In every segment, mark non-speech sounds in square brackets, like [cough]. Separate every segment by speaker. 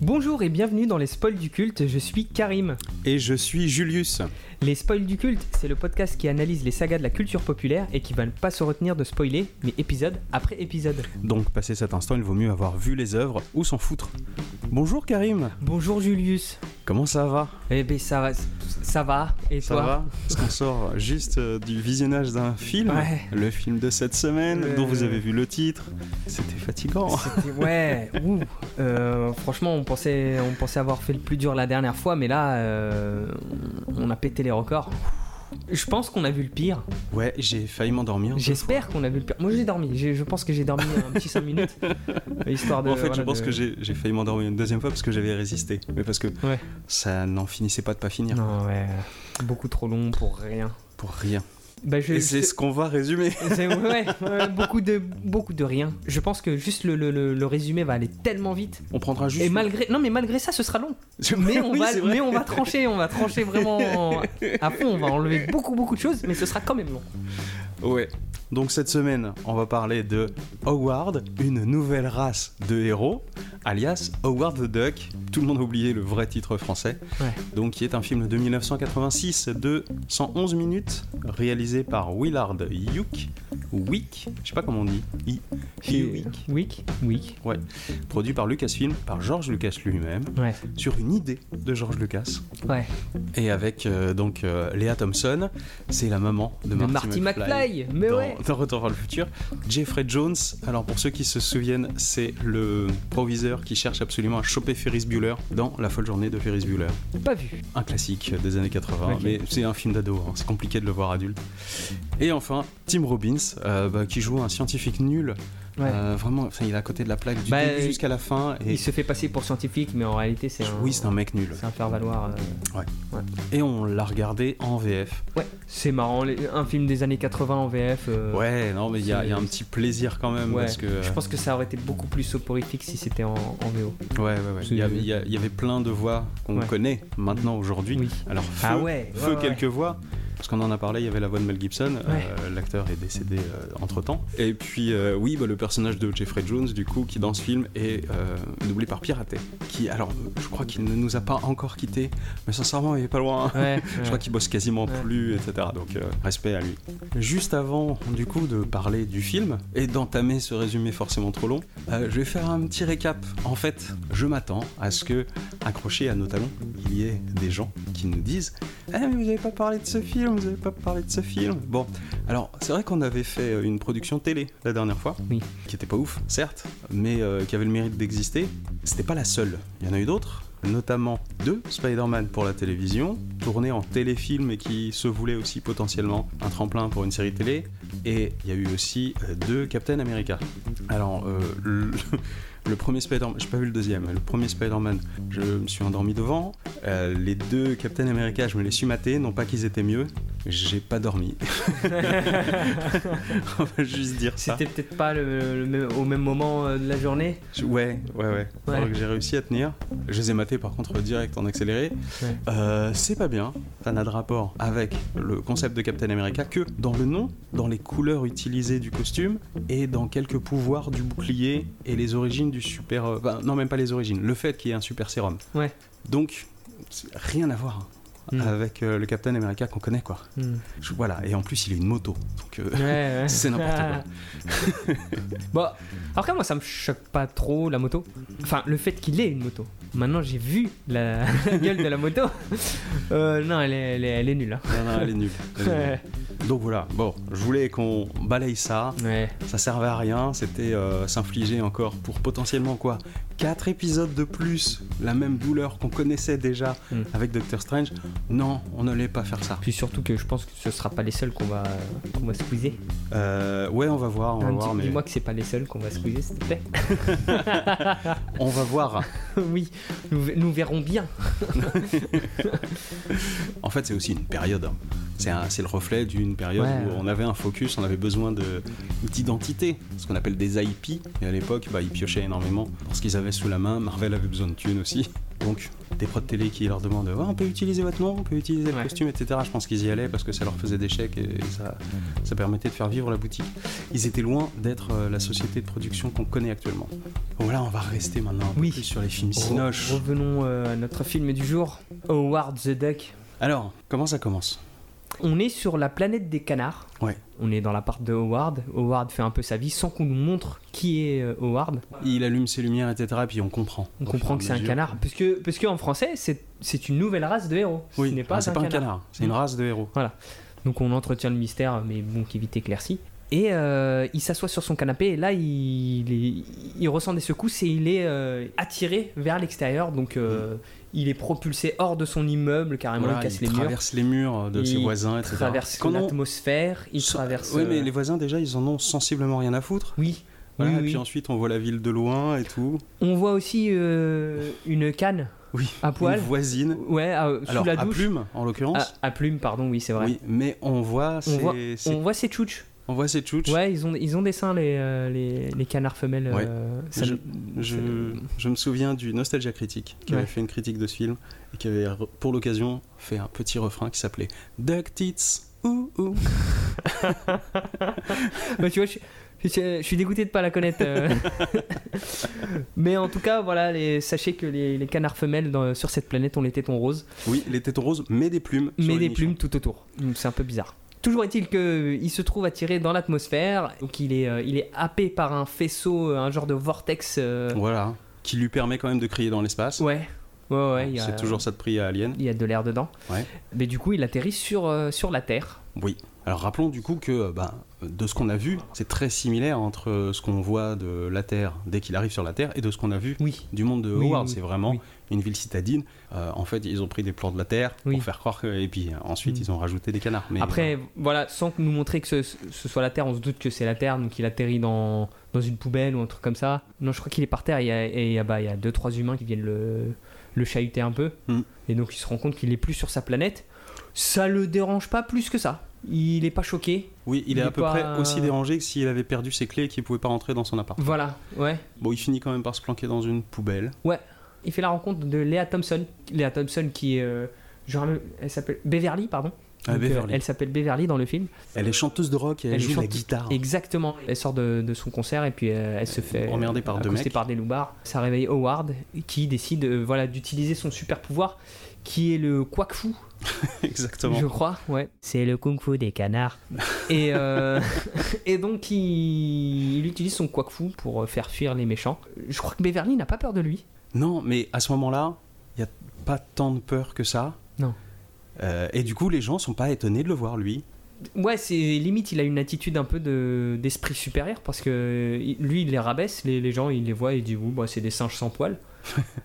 Speaker 1: Bonjour et bienvenue dans les spoils du culte, je suis Karim.
Speaker 2: Et je suis Julius.
Speaker 1: Les spoils du culte, c'est le podcast qui analyse les sagas de la culture populaire et qui va ne pas se retenir de spoiler, mais épisode après épisode.
Speaker 2: Donc, passé cet instant, il vaut mieux avoir vu les œuvres ou s'en foutre. Bonjour Karim,
Speaker 1: Bonjour Julius.
Speaker 2: comment ça va
Speaker 1: Eh ben ça va, ça va, et
Speaker 2: Ça
Speaker 1: toi
Speaker 2: va Parce qu'on sort juste euh, du visionnage d'un film,
Speaker 1: Ouais.
Speaker 2: le film de cette semaine,
Speaker 1: Euh.
Speaker 2: dont vous avez vu le titre. C'était fatigant.
Speaker 1: C'était-
Speaker 2: [laughs]
Speaker 1: Ouais, ouh. Euh, franchement, on pensait, on pensait avoir fait le plus dur la dernière fois, mais là, euh, on a pété les records. Je pense qu'on a vu le pire.
Speaker 2: Ouais, j'ai failli m'endormir.
Speaker 1: J'espère qu'on a vu le pire. Moi, j'ai dormi. J'ai- Je pense que j'ai dormi un petit 5
Speaker 2: [laughs]
Speaker 1: minutes. Histoire de.
Speaker 2: en fait, je
Speaker 1: voilà,
Speaker 2: pense
Speaker 1: de-
Speaker 2: que j'ai j'ai failli m'endormir une deuxième fois parce que j'avais résisté. Mais parce que
Speaker 1: Ouais.
Speaker 2: ça n'en finissait pas de pas finir.
Speaker 1: Non, ouais. Beaucoup trop long pour rien.
Speaker 2: Pour rien.
Speaker 1: Bah, je,
Speaker 2: Et c'est
Speaker 1: je-
Speaker 2: ce qu'on va résumer.
Speaker 1: c'est- ouais, ouais, beaucoup, de, beaucoup de rien. Je pense que juste le, le- le- le résumé va aller tellement vite.
Speaker 2: On prendra juste.
Speaker 1: Et
Speaker 2: [laughs]
Speaker 1: malgré. Non, mais malgré ça, ce sera long. Mais on,
Speaker 2: Oui,
Speaker 1: va,
Speaker 2: c'est vrai.
Speaker 1: mais on va trancher, on va trancher vraiment à fond, on va enlever beaucoup beaucoup de choses, mais ce sera quand même long.
Speaker 2: Ouais. Donc cette semaine, on va parler de Howard, une nouvelle race de héros, alias Howard the Duck. Tout le monde a oublié le vrai titre français.
Speaker 1: Ouais.
Speaker 2: Donc qui est un film de 1986 de 111 minutes, réalisé par Willard Yuk, Wick, je sais pas comment on dit, I, Wick,
Speaker 1: Week, week.
Speaker 2: produit par Lucasfilm, par George Lucas lui-même,
Speaker 1: Ouais.
Speaker 2: sur une idée de George Lucas,
Speaker 1: Ouais.
Speaker 2: et avec euh, donc euh, Léa Thompson, c'est la maman de,
Speaker 1: De Marty McFly, mais
Speaker 2: dans,
Speaker 1: ouais.
Speaker 2: dans Retour vers le futur. Jeffrey Jones, alors pour ceux qui se souviennent, c'est le proviseur qui cherche absolument à choper Ferris Bueller dans La folle journée de Ferris Bueller.
Speaker 1: Pas vu.
Speaker 2: Un classique des années 80,
Speaker 1: Ok.
Speaker 2: mais c'est un film d'ado, hein, c'est compliqué de le voir adulte. Et enfin, Tim Robbins, euh, bah, qui joue un scientifique nul.
Speaker 1: Ouais.
Speaker 2: Euh, vraiment, enfin, il est à côté de la plaque du
Speaker 1: Bah,
Speaker 2: début
Speaker 1: il-
Speaker 2: jusqu'à la fin. Et...
Speaker 1: Il se fait passer pour scientifique, mais en réalité c'est un.
Speaker 2: Oui, c'est un mec nul.
Speaker 1: c'est un faire-valoir. euh.
Speaker 2: Et on l'a regardé en VF.
Speaker 1: Ouais, c'est marrant. les- Un film des années 80 en VF. euh,
Speaker 2: Ouais, non, mais il y, a il y a un petit plaisir quand même
Speaker 1: ouais.
Speaker 2: parce que. euh,
Speaker 1: Je pense que ça aurait été beaucoup plus soporifique si c'était en, en VO.
Speaker 2: Ouais, ouais, ouais. Il y, avait- il y a- il y avait plein de voix qu'on
Speaker 1: Ouais.
Speaker 2: connaît maintenant aujourd'hui.
Speaker 1: Oui.
Speaker 2: Alors, feu,
Speaker 1: Ah ouais,
Speaker 2: feu
Speaker 1: ouais, ouais.
Speaker 2: quelques voix. Parce qu'on en a parlé, il y avait la voix de Mel Gibson, euh, l'acteur est décédé entre temps. Et puis, euh, oui, bah, le personnage de Jeffrey Jones, du coup, qui dans ce film est euh, doublé par Piraté. Qui, alors, je crois qu'il ne nous a pas encore quittés, mais sincèrement, il est pas loin. hein.
Speaker 1: Ouais.
Speaker 2: [laughs] Je crois qu'il bosse quasiment
Speaker 1: Ouais.
Speaker 2: plus, etc. Donc euh, respect à lui. Juste avant, du coup, de parler du film et d'entamer ce résumé forcément trop long, euh, je vais faire un petit récap. En fait, je m'attends à ce que, accroché à nos talons, il y ait des gens qui nous disent Eh, mais vous n'avez pas parlé de ce film, vous n'avez pas parlé de ce film. Bon, alors, c'est vrai qu'on avait fait une production télé la dernière fois,
Speaker 1: Oui.
Speaker 2: qui était pas ouf, certes, mais euh, qui avait le mérite d'exister. C'était pas la seule. Il y en a eu d'autres, notamment deux Spider-Man pour la télévision, tourné en téléfilm et qui se voulait aussi potentiellement un tremplin pour une série télé. Et il y a eu aussi euh, deux Captain America. Alors, euh, le, [laughs] le premier Spider-Man, j'ai pas vu le deuxième, mais le premier Spider-Man, je me suis endormi devant. Euh, les deux Captain America, je me les suis matés, non pas qu'ils étaient mieux, j'ai pas dormi. [laughs] On va juste dire ça.
Speaker 1: C'était peut-être pas le- le même- au même moment euh, de la journée.
Speaker 2: Je- Ouais, ouais, ouais. Alors que j'ai réussi à tenir. Je les ai matés par contre direct en accéléré.
Speaker 1: Ouais.
Speaker 2: Euh, c'est pas bien. Ça n'a de rapport avec le concept de Captain America que dans le nom, dans les couleurs utilisées du costume et dans quelques pouvoirs du bouclier et les origines du super. euh, enfin, non, même pas les origines. Le fait qu'il y ait un super sérum.
Speaker 1: Ouais.
Speaker 2: Donc, c'est rien à voir hein,
Speaker 1: Mm.
Speaker 2: avec euh, le Captain America qu'on connaît quoi.
Speaker 1: Hmm.
Speaker 2: Je- Voilà. Et en plus, il a une moto. Donc. [laughs] euh,
Speaker 1: Ouais, ouais.
Speaker 2: C'est n'importe
Speaker 1: [laughs] bon, après moi ça me choque pas trop la moto. Enfin, le fait qu'il ait une moto. Maintenant j'ai vu la, [laughs] la gueule de la moto. Euh, non, elle est, elle est, elle est nulle. hein.
Speaker 2: non, non, elle est nulle. Elle est nulle.
Speaker 1: Ouais.
Speaker 2: Donc voilà, bon, je voulais qu'on balaye ça,
Speaker 1: [laughs] Ouais.
Speaker 2: ça servait à rien, c'était euh, s'infliger encore pour potentiellement quoi 4 épisodes de plus, la même douleur qu'on connaissait déjà
Speaker 1: Mm.
Speaker 2: avec Doctor Strange. Non, on n'allait pas faire ça.
Speaker 1: Puis surtout que je pense que ce sera pas les seuls qu'on va, qu'on va squeezer.
Speaker 2: Euh, ouais, on va voir, on va
Speaker 1: Hein,
Speaker 2: voir,
Speaker 1: dis-
Speaker 2: mais
Speaker 1: Dis-moi que c'est pas les seuls qu'on va squeezer, s'il te plaît. [laughs]
Speaker 2: on va voir.
Speaker 1: oui, nous, ve- nous verrons bien.
Speaker 2: En fait, c'est aussi une période. hein. C'est un- c'est le reflet d'une période
Speaker 1: Ouais.
Speaker 2: où on avait un focus, on avait besoin de- d'identité, ce qu'on appelle des IP. Et à l'époque, bah, ils piochaient énormément parce qu'ils avaient sous la main. Marvel avait besoin de thunes aussi. Donc, des prods télé qui leur demandent Ouais, on peut utiliser votre nom, on peut utiliser le
Speaker 1: Ouais.
Speaker 2: costume, etc. Je pense qu'ils y allaient parce que ça leur faisait des chèques et ça, ça permettait de faire vivre la boutique. Ils étaient loin d'être euh, la société de production qu'on connaît actuellement. Bon, là, on va rester maintenant un peu
Speaker 1: Oui.
Speaker 2: plus sur les films
Speaker 1: Re-
Speaker 2: Cinoche.
Speaker 1: Revenons euh, à notre film du jour, Howard the Duck.
Speaker 2: Alors, comment ça commence
Speaker 1: On est sur la planète des canards.
Speaker 2: Ouais.
Speaker 1: On est dans l'appart de Howard. Howard fait un peu sa vie sans qu'on nous montre qui est euh, Howard.
Speaker 2: Il allume ses lumières, etc. Puis on comprend.
Speaker 1: On
Speaker 2: Au fur et
Speaker 1: comprend
Speaker 2: à
Speaker 1: que c'est un
Speaker 2: mesure.
Speaker 1: canard. Parce que, parce que en français, c'est c'est une nouvelle race de héros.
Speaker 2: Oui,
Speaker 1: Ce n'est
Speaker 2: Ah,
Speaker 1: pas,
Speaker 2: c'est
Speaker 1: un,
Speaker 2: pas un
Speaker 1: canard.
Speaker 2: canard, c'est une
Speaker 1: Mm.
Speaker 2: race de héros.
Speaker 1: Donc on entretient le mystère, mais bon, qui est vite éclairci. Et euh, il s'assoit sur son canapé et là, il, il, est- il ressent des secousses et il est euh, attiré vers l'extérieur. Donc euh, il est propulsé hors de son immeuble, carrément,
Speaker 2: Mm. Voilà,
Speaker 1: il casse
Speaker 2: il
Speaker 1: les murs.
Speaker 2: traverse les murs de ses
Speaker 1: Il
Speaker 2: voisins, etc.
Speaker 1: traverse
Speaker 2: Quand on-
Speaker 1: l'atmosphère, il
Speaker 2: So-
Speaker 1: traverse.
Speaker 2: Oui,
Speaker 1: euh,
Speaker 2: mais les voisins, déjà, ils en ont sensiblement rien à foutre.
Speaker 1: Oui.
Speaker 2: Voilà,
Speaker 1: oui,
Speaker 2: et
Speaker 1: oui.
Speaker 2: puis ensuite, on voit la ville de loin et tout.
Speaker 1: On voit aussi euh, une canne
Speaker 2: Oui.
Speaker 1: à poil.
Speaker 2: Une voisine.
Speaker 1: Ouais, à- sous
Speaker 2: Alors,
Speaker 1: la
Speaker 2: à
Speaker 1: douche.
Speaker 2: plume, en
Speaker 1: à,
Speaker 2: l'occurrence.
Speaker 1: à plume, pardon, oui, c'est vrai.
Speaker 2: oui, mais on voit ses,
Speaker 1: voit-
Speaker 2: ses-
Speaker 1: On voit ses tchouches.
Speaker 2: on voit ses tchouches.
Speaker 1: Ouais, ils ont, ils ont des seins, les, euh, les, les canards femelles.
Speaker 2: Ouais.
Speaker 1: euh, ça-
Speaker 2: Je- Je, je me souviens du Nostalgia Critique qui
Speaker 1: Ouais.
Speaker 2: avait fait une critique de ce film et qui avait re- pour l'occasion fait un petit refrain qui s'appelait Duck Tits. Ouh, [laughs] ouh.
Speaker 1: Bah, tu vois, je, je- je suis dégoûté de pas la connaître.
Speaker 2: [laughs]
Speaker 1: euh. Mais en tout cas, voilà, les, sachez que les, les canards femelles dans- sur cette planète ont les tétons roses,
Speaker 2: Oui, les tétons roses, mais des plumes. sur
Speaker 1: mais
Speaker 2: le
Speaker 1: des
Speaker 2: nichon.
Speaker 1: plumes tout autour. Donc, C'est un peu bizarre. Toujours est-il qu'il se trouve attiré dans l'atmosphère, donc il est, euh, il est happé par un faisceau, euh, un genre de vortex. euh,
Speaker 2: Voilà, qui lui permet quand même de crier dans l'espace.
Speaker 1: Ouais, ouais, ouais. il y a-
Speaker 2: C'est toujours ça de prier à Alien.
Speaker 1: Il y a de l'air dedans.
Speaker 2: Ouais.
Speaker 1: Mais du coup, il atterrit sur, euh, sur la Terre.
Speaker 2: Oui. Alors rappelons du coup que euh, ben, de ce qu'on a vu, c'est très similaire entre euh, ce qu'on voit de la Terre dès qu'il arrive sur la Terre et de ce qu'on a vu
Speaker 1: Oui.
Speaker 2: du monde de
Speaker 1: Oui,
Speaker 2: Howard.
Speaker 1: oui,
Speaker 2: c'est vraiment
Speaker 1: oui.
Speaker 2: une ville citadine. Euh, en fait, ils ont pris des plans de la Terre
Speaker 1: Oui.
Speaker 2: pour faire croire que... Et puis euh, ensuite,
Speaker 1: Mm.
Speaker 2: ils ont rajouté des canards. Mais,
Speaker 1: Après, voilà, sans nous montrer que ce, ce soit la Terre, on se doute que c'est la Terre, donc il atterrit dans, dans une poubelle ou un truc comme ça. Non, je crois qu'il est par terre et il y a, et il y a, bah, il y a deux, trois humains qui viennent le, le chahuter un peu.
Speaker 2: Mm.
Speaker 1: Et donc, il se rend compte qu'il est plus sur sa planète. Ça le dérange pas plus que ça. Il est pas choqué.
Speaker 2: euh, Oui, il,
Speaker 1: il
Speaker 2: est,
Speaker 1: est
Speaker 2: à peu
Speaker 1: pas-
Speaker 2: près aussi dérangé que s'il avait perdu ses clés et qu'il pouvait pas rentrer dans son appart.
Speaker 1: Voilà, ouais.
Speaker 2: Bon, il finit quand même par se planquer dans une poubelle.
Speaker 1: Il fait la rencontre de Léa Thompson. Léa Thompson qui est. euh, je rappelle- elle s'appelle Beverly, pardon.
Speaker 2: Ah,
Speaker 1: Donc, euh,
Speaker 2: Beverly.
Speaker 1: elle s'appelle Beverly dans le film.
Speaker 2: Elle est chanteuse de rock et elle,
Speaker 1: Elle est
Speaker 2: joue de la
Speaker 1: chanteuse-
Speaker 2: guitare.
Speaker 1: Exactement. Elle sort de, de son concert et puis euh, elle se fait
Speaker 2: Emmerdée par deux
Speaker 1: accoster
Speaker 2: mecs.
Speaker 1: par des loupards. Ça réveille Howard qui décide euh, voilà d'utiliser son super pouvoir qui est le quack fou,
Speaker 2: Exactement.
Speaker 1: je crois. Ouais. C'est le kung fu des canards. [laughs] et euh, [laughs] et donc il, il utilise son quack fou pour euh, faire fuir les méchants. Je crois que Beverly n'a pas peur de lui.
Speaker 2: Non, mais à ce moment-là, il n'y a pas tant de peur que ça.
Speaker 1: Non.
Speaker 2: Euh, et du coup, les gens sont pas étonnés de le voir, lui.
Speaker 1: Ouais, c'est limite il a une attitude un peu de d'esprit supérieur parce que il- lui il les rabaisse, les, les gens il les voit et il dit ouh bah c'est des singes sans
Speaker 2: [laughs]
Speaker 1: poils.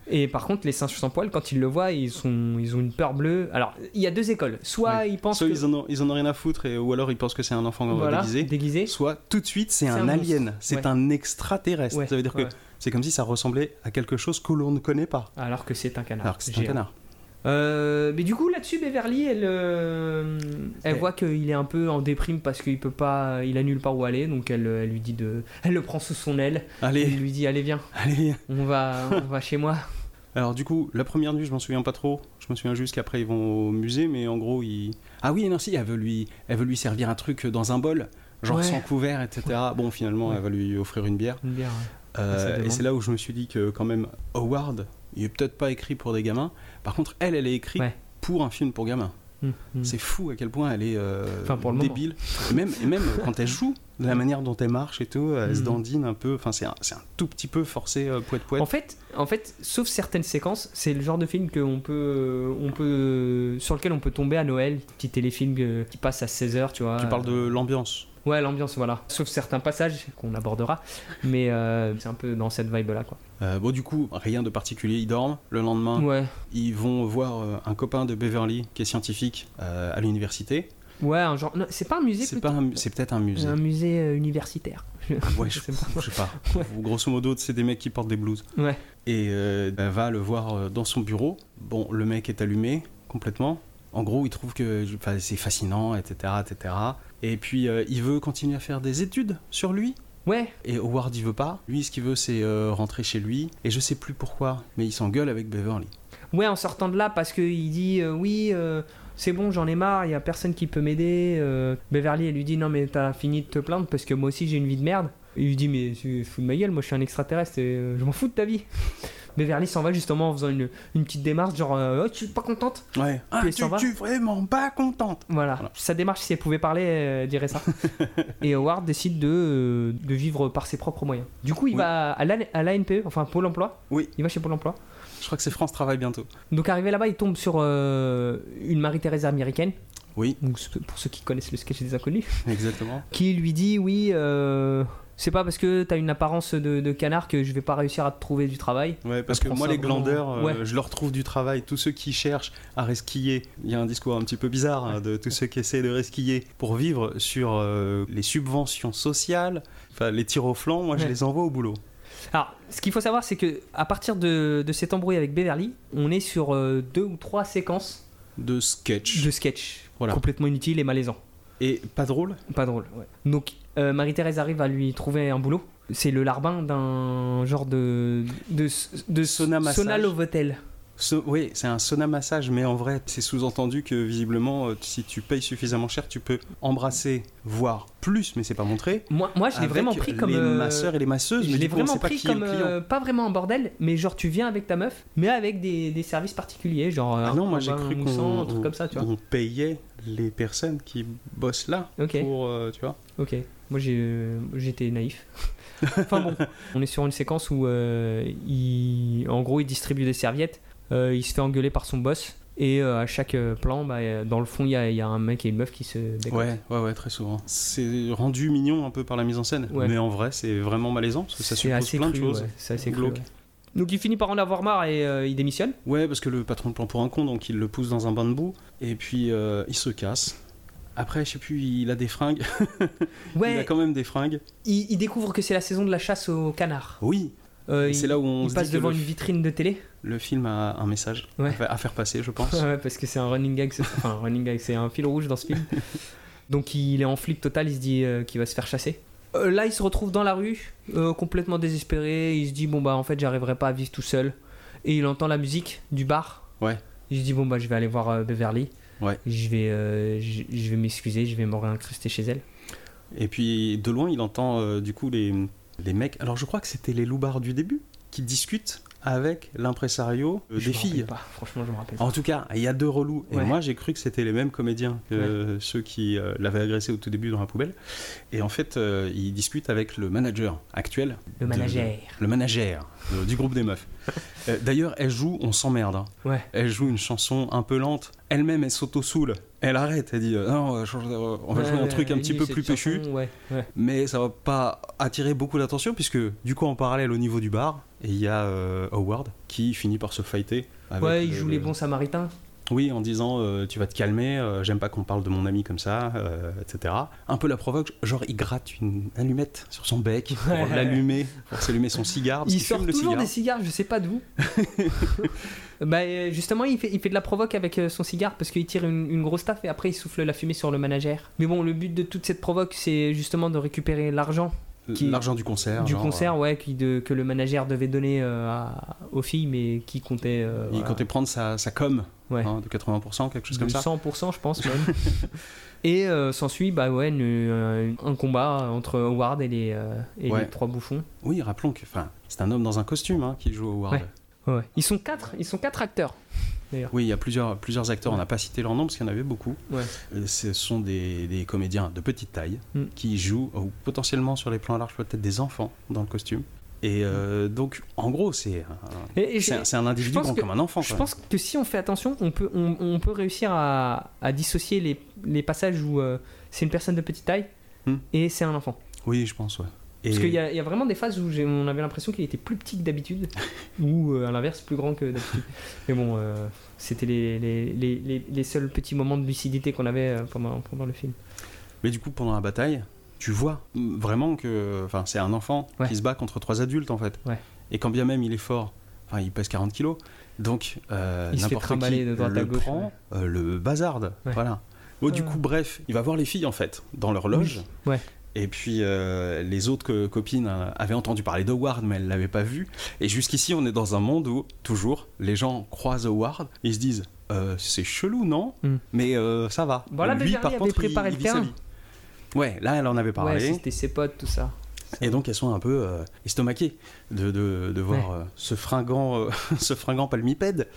Speaker 1: et par contre les singes sans poils quand ils le voient ils sont ils ont une peur bleue. Alors il y a deux écoles, soit ils pensent
Speaker 2: Soit
Speaker 1: que
Speaker 2: ils, en ont, ils en ont rien à foutre, et, ou alors ils pensent que c'est un enfant
Speaker 1: voilà
Speaker 2: déguisé.
Speaker 1: déguisés.
Speaker 2: Soit tout de suite, c'est
Speaker 1: C'est un
Speaker 2: un, alien,
Speaker 1: monstre.
Speaker 2: c'est
Speaker 1: Ouais.
Speaker 2: un extraterrestre.
Speaker 1: Ouais,
Speaker 2: ça veut dire
Speaker 1: ouais.
Speaker 2: que c'est comme si ça ressemblait à quelque chose que l'on ne connaît pas.
Speaker 1: alors que c'est un canard.
Speaker 2: Alors que c'est un
Speaker 1: géant.
Speaker 2: canard.
Speaker 1: Euh, mais du coup là-dessus Beverly elle euh, elle
Speaker 2: Elle-
Speaker 1: voit qu'il est un peu en déprime parce qu'il peut pas il a nulle part où aller donc elle, elle lui dit de elle le prend sous son aile elle
Speaker 2: Allez,
Speaker 1: lui dit allez viens
Speaker 2: allez.
Speaker 1: on va on va chez moi
Speaker 2: Alors du coup, la première nuit, je m'en souviens pas trop. Je me souviens juste qu'après ils vont au musée, mais en gros ils. Ah oui, non si, elle veut lui, elle veut lui servir un truc dans un bol, genre
Speaker 1: Ouais.
Speaker 2: sans couvert, etc. Bon, finalement,
Speaker 1: Ouais.
Speaker 2: elle va lui offrir une bière.
Speaker 1: Une bière, ouais.
Speaker 2: Euh,
Speaker 1: Ça demande.
Speaker 2: et c'est là où je me suis dit que quand même, Howard, il est peut-être pas écrit pour des gamins. Par contre, elle, elle est écrite
Speaker 1: Ouais.
Speaker 2: pour un film pour gamins.
Speaker 1: Mm, mm.
Speaker 2: C'est fou à quel point elle est euh,
Speaker 1: Enfin, pour le moment.
Speaker 2: débile. Et même, et même quand elle joue, la manière dont elle marche et tout, elle se
Speaker 1: Mm.
Speaker 2: dandine un peu. Enfin, c'est un, c'est un tout petit peu forcé euh, poète poète.
Speaker 1: En fait, en fait, sauf certaines séquences, c'est le genre de film que on peut, euh, on peut, euh, sur lequel on peut tomber à Noël. Petit téléfilm euh, qui passe à 16h, tu vois.
Speaker 2: Tu parles de l'ambiance.
Speaker 1: Ouais, l'ambiance, voilà. Sauf certains passages qu'on abordera. Mais euh, c'est un peu dans cette vibe-là, quoi.
Speaker 2: Euh, bon, du coup, rien de particulier. Ils dorment. Le lendemain,
Speaker 1: Ouais.
Speaker 2: ils vont voir euh, un copain de Beverly qui est scientifique euh, à l'université.
Speaker 1: Ouais, un genre. non, C'est pas un musée,
Speaker 2: C'est
Speaker 1: plutôt
Speaker 2: pas un mu- c'est peut-être un musée. Ah
Speaker 1: un musée euh, universitaire.
Speaker 2: Ouais, je,
Speaker 1: Je sais pas.
Speaker 2: je sais pas.
Speaker 1: [laughs] Ouais.
Speaker 2: Grosso modo, c'est des mecs qui portent des blouses.
Speaker 1: Ouais.
Speaker 2: Et euh, elle va le voir euh, dans son bureau. Bon, le mec est allumé complètement. En gros, il trouve que enfin, c'est fascinant, etc., etc. Et puis, euh, il veut continuer à faire des études sur lui.
Speaker 1: Ouais,
Speaker 2: Et Howard, il veut pas. Lui, ce qu'il veut, c'est euh, rentrer chez lui. Et je sais plus pourquoi, mais il s'engueule avec Beverly.
Speaker 1: ouais, en sortant de là, parce qu'il dit euh, oui, euh, c'est bon, j'en ai marre, il y a personne qui peut m'aider. euh. Beverly, elle lui dit non, mais t'as fini de te plaindre parce que moi aussi j'ai une vie de merde. Il lui dit mais tu te fous de ma gueule, moi je suis un extraterrestre et euh, je m'en fous de ta vie. [laughs] Beverly s'en va justement en faisant une, une petite démarche, genre euh, oh, tu es pas contente
Speaker 2: Ouais. Ah,
Speaker 1: Puis elle
Speaker 2: tu,
Speaker 1: s'en va.
Speaker 2: tu es vraiment pas contente.
Speaker 1: voilà.
Speaker 2: Voilà.
Speaker 1: sa démarche, si elle pouvait parler, elle dirait
Speaker 2: [laughs]
Speaker 1: ça. et Howard décide de, euh, de vivre par ses propres moyens. Du coup, il
Speaker 2: Oui.
Speaker 1: va à l'ANPE, E, enfin Pôle emploi.
Speaker 2: Oui.
Speaker 1: Il va chez Pôle emploi.
Speaker 2: Je crois que c'est France Travail bientôt.
Speaker 1: Donc, arrivé là-bas, il tombe sur euh, une Marie-Thérèse américaine.
Speaker 2: Oui.
Speaker 1: Donc, c'est- pour ceux qui connaissent le sketch des inconnus,
Speaker 2: [laughs] Exactement.
Speaker 1: qui lui dit Oui, euh, c'est pas parce que t'as une apparence de, de canard que je vais pas réussir à te trouver du travail.
Speaker 2: Ouais, parce
Speaker 1: Elle
Speaker 2: que
Speaker 1: prend
Speaker 2: moi,
Speaker 1: ça
Speaker 2: les
Speaker 1: vraiment-
Speaker 2: glandeurs, euh,
Speaker 1: Ouais.
Speaker 2: je leur trouve du travail. Tous ceux qui cherchent à resquiller, il y a un discours un petit peu bizarre hein, de tous ceux qui essaient de resquiller pour vivre sur euh, les subventions sociales, enfin les tirs au flanc, moi je
Speaker 1: Ouais.
Speaker 2: les envoie au boulot.
Speaker 1: Alors, ce qu'il faut savoir, c'est que à partir de, de cet embrouille avec Beverly, on est sur euh, deux ou trois séquences
Speaker 2: De sketch.
Speaker 1: de sketch
Speaker 2: Voilà.
Speaker 1: complètement inutiles et malaisants.
Speaker 2: Et pas drôle
Speaker 1: Pas drôle, ouais. Donc, euh, Marie-Thérèse arrive à lui trouver un boulot. C'est le larbin d'un genre de. de, de
Speaker 2: Sonamassage.
Speaker 1: sonalovotel.
Speaker 2: So- oui, c'est un sonamassage, mais en vrai, c'est sous-entendu que visiblement, euh, si tu payes suffisamment cher, tu peux embrasser, voire plus, mais c'est pas montré.
Speaker 1: Moi, moi je l'ai
Speaker 2: avec
Speaker 1: vraiment pris comme.
Speaker 2: les
Speaker 1: euh,
Speaker 2: masseurs et les masseuses,
Speaker 1: je
Speaker 2: mais
Speaker 1: l'ai
Speaker 2: du coup, on
Speaker 1: vraiment
Speaker 2: sait pas
Speaker 1: pris
Speaker 2: qui est le
Speaker 1: comme.
Speaker 2: client.
Speaker 1: euh, pas vraiment en bordel, mais genre tu viens avec ta meuf, mais avec des, des services particuliers, genre.
Speaker 2: Ah
Speaker 1: un
Speaker 2: non, moi
Speaker 1: combat,
Speaker 2: j'ai cru
Speaker 1: un
Speaker 2: qu'on
Speaker 1: moussant, un truc
Speaker 2: on-
Speaker 1: comme ça, tu vois.
Speaker 2: on payait les personnes qui bossent là
Speaker 1: Ok,
Speaker 2: pour, euh, tu vois.
Speaker 1: ok. Moi j'ai, euh, j'étais
Speaker 2: [laughs]
Speaker 1: naïf. enfin bon, on est sur une séquence où euh, il, en gros il distribue des serviettes, euh, il se fait engueuler par son boss, et euh, à chaque euh, plan, bah, euh, dans le fond il y a, il y a un mec et une meuf qui se décollent.
Speaker 2: Ouais, ouais, ouais, très souvent. C'est rendu mignon un peu par la mise en scène,
Speaker 1: Ouais.
Speaker 2: mais en vrai, c'est vraiment malaisant parce que ça
Speaker 1: c'est
Speaker 2: suppose
Speaker 1: assez
Speaker 2: plein
Speaker 1: cru,
Speaker 2: de choses.
Speaker 1: ouais, c'est assez cru,
Speaker 2: Glauque.
Speaker 1: ouais. Donc il finit par en avoir marre et euh, il démissionne.
Speaker 2: Ouais. parce que le patron le prend pour un con, donc il le pousse dans un bain de boue et puis euh, il se casse. Après, je sais plus, il a des fringues. [laughs] Il a
Speaker 1: Ouais,
Speaker 2: quand même des fringues.
Speaker 1: il, il découvre que c'est la saison de la chasse au canard.
Speaker 2: Oui.
Speaker 1: Euh,
Speaker 2: Et
Speaker 1: il-
Speaker 2: c'est là où on
Speaker 1: Il
Speaker 2: se
Speaker 1: passe
Speaker 2: dit que
Speaker 1: devant
Speaker 2: le,
Speaker 1: une vitrine de télé.
Speaker 2: le film a un message
Speaker 1: Ouais.
Speaker 2: à fa- à faire passer,
Speaker 1: [laughs]
Speaker 2: je pense.
Speaker 1: Ouais, parce que c'est un running gag, c'est- enfin un running gag, c'est un fil rouge dans ce
Speaker 2: [laughs]
Speaker 1: film. Donc il est en flic total, il se dit euh, qu'il va se faire chasser. Euh, là, il se retrouve dans la rue, euh, complètement désespéré. Il se dit bon bah en fait j'arriverai pas à vivre tout seul. Et il entend la musique du bar.
Speaker 2: Ouais.
Speaker 1: Il se dit bon bah je vais aller voir euh, Beverly.
Speaker 2: Ouais.
Speaker 1: Je vais, euh, je, je vais m'excuser, je vais me réincruster chez elle.
Speaker 2: Et puis de loin, il entend euh, du coup les, les mecs. Alors je crois que c'était les loupards du début qui discutent avec l'impresario euh,
Speaker 1: Je
Speaker 2: des
Speaker 1: me rappelle
Speaker 2: filles.
Speaker 1: pas, Franchement, je me rappelle.
Speaker 2: En tout cas, il y a deux relous. Et
Speaker 1: Ouais.
Speaker 2: moi, j'ai cru que c'était les mêmes comédiens que ceux qui euh, l'avaient agressé au tout début dans la poubelle. Et en fait, euh, ils discutent avec le manager actuel,
Speaker 1: pas. Le manager.
Speaker 2: le manager euh, du groupe
Speaker 1: [laughs]
Speaker 2: des meufs. Euh, D'ailleurs, elle joue On s'emmerde. hein.
Speaker 1: Ouais.
Speaker 2: Elle joue une chanson un peu lente. Elle-même, elle s'auto-soule. Elle arrête. Elle dit euh, Non, on va changer- on va jouer un
Speaker 1: Ouais,
Speaker 2: truc un
Speaker 1: il
Speaker 2: petit
Speaker 1: dit,
Speaker 2: peu
Speaker 1: cette
Speaker 2: plus péchu
Speaker 1: chanson, Ouais, ouais.
Speaker 2: mais ça va pas attirer beaucoup d'attention puisque du coup en parallèle au niveau du bar il y a euh, Howard qui finit par se fighter avec
Speaker 1: Ouais, il
Speaker 2: le- Ah,
Speaker 1: joue les bons samaritains.
Speaker 2: oui en disant euh, tu vas te calmer euh, j'aime pas qu'on parle de mon ami comme ça euh, etc un peu la provoque genre il gratte une allumette sur son bec pour
Speaker 1: Ouais.
Speaker 2: l'allumer pour s'allumer son cigare parce
Speaker 1: Il
Speaker 2: qu'il
Speaker 1: sort
Speaker 2: fume le
Speaker 1: toujours
Speaker 2: cigare
Speaker 1: des cigares, je sais pas
Speaker 2: [laughs]
Speaker 1: d'où. bah euh, justement, il fait, il fait de la provoque avec euh, son cigare parce qu'il tire une, une grosse taffe et après il souffle la fumée sur le manager. Mais bon, le but de toute cette provoque, c'est justement de récupérer l'argent qui-
Speaker 2: l'argent du concert
Speaker 1: du
Speaker 2: genre,
Speaker 1: concert, ouais, qui- de- que le manager devait donner euh, à- aux filles, mais qui comptait. euh,
Speaker 2: euh, il
Speaker 1: voilà,
Speaker 2: comptait prendre sa, sa com
Speaker 1: Ouais.
Speaker 2: hein, de 80% quelque chose
Speaker 1: de
Speaker 2: comme ça
Speaker 1: 100%, je pense même.
Speaker 2: [laughs]
Speaker 1: et euh, s'ensuit, bah ouais, une- euh, un combat entre Howard et les, euh, et
Speaker 2: Ouais.
Speaker 1: les trois bouffons.
Speaker 2: oui rappelons que enfin c'est un homme dans un costume hein, qui joue Howard
Speaker 1: Ouais. Ouais. Ils sont quatre, ils sont quatre acteurs.
Speaker 2: Oui, il y a plusieurs, plusieurs acteurs, on n'a pas cité leur nom parce qu'il y en avait beaucoup.
Speaker 1: Ouais.
Speaker 2: Euh, Ce sont des, des comédiens de petite taille
Speaker 1: Mm.
Speaker 2: qui jouent, ou potentiellement sur les plans larges, peut-être des enfants dans le costume. Et
Speaker 1: Mm.
Speaker 2: euh, donc, en gros, c'est un,
Speaker 1: Et- et
Speaker 2: c'est
Speaker 1: j'ai-
Speaker 2: un- c'est un individu
Speaker 1: je pense
Speaker 2: grand
Speaker 1: que-
Speaker 2: comme un enfant.
Speaker 1: Je
Speaker 2: quoi.
Speaker 1: pense que si on fait attention, on peut, on, on peut réussir à, à dissocier les, les passages où euh, c'est une personne de petite taille
Speaker 2: Hmm.
Speaker 1: et c'est un enfant.
Speaker 2: Oui, je pense, ouais. Et
Speaker 1: Parce qu'il y, a- il y a vraiment des phases où j'ai- on avait l'impression qu'il était plus petit que
Speaker 2: [laughs]
Speaker 1: d'habitude, ou euh, à l'inverse, plus grand que d'habitude. Mais bon, euh, c'était les, les, les- les- les seuls petits moments de lucidité qu'on avait euh, pendant, pendant le film.
Speaker 2: Mais du coup, pendant la bataille, tu vois mm, vraiment que enfin, c'est un enfant
Speaker 1: Ouais.
Speaker 2: qui se bat contre trois adultes, en fait.
Speaker 1: Ouais.
Speaker 2: Et quand bien même il est fort, enfin, il pèse 40 kilos, donc euh,
Speaker 1: Il se fait
Speaker 2: n'importe qui
Speaker 1: trimballer de droite à
Speaker 2: le
Speaker 1: gauche,
Speaker 2: prend, euh, le bazarde,
Speaker 1: Ouais.
Speaker 2: voilà. Bon, du
Speaker 1: Ouais.
Speaker 2: coup, bref, il va voir les filles, en fait, dans leur loge.
Speaker 1: Ouais.
Speaker 2: Et puis euh, les autres co- copines euh, avaient entendu parler de Ward, mais elles l'avaient pas vu. Et jusqu'ici, on est dans un monde où toujours les gens croisent Ward, ils se disent Euh, c'est chelou, non
Speaker 1: Mm.
Speaker 2: Mais euh, ça va.
Speaker 1: Voilà,
Speaker 2: Lui,
Speaker 1: Beverly
Speaker 2: par
Speaker 1: avait
Speaker 2: contre,
Speaker 1: préparé
Speaker 2: il-
Speaker 1: le
Speaker 2: il vit sa
Speaker 1: terrain.
Speaker 2: vie. Ouais, là, elle en avait
Speaker 1: Ouais,
Speaker 2: parlé.
Speaker 1: c'était ses potes, tout ça.
Speaker 2: Et donc elles sont un peu euh, estomaquées de, de- de voir euh, ce fringant, euh, [laughs] ce fringant palmipède.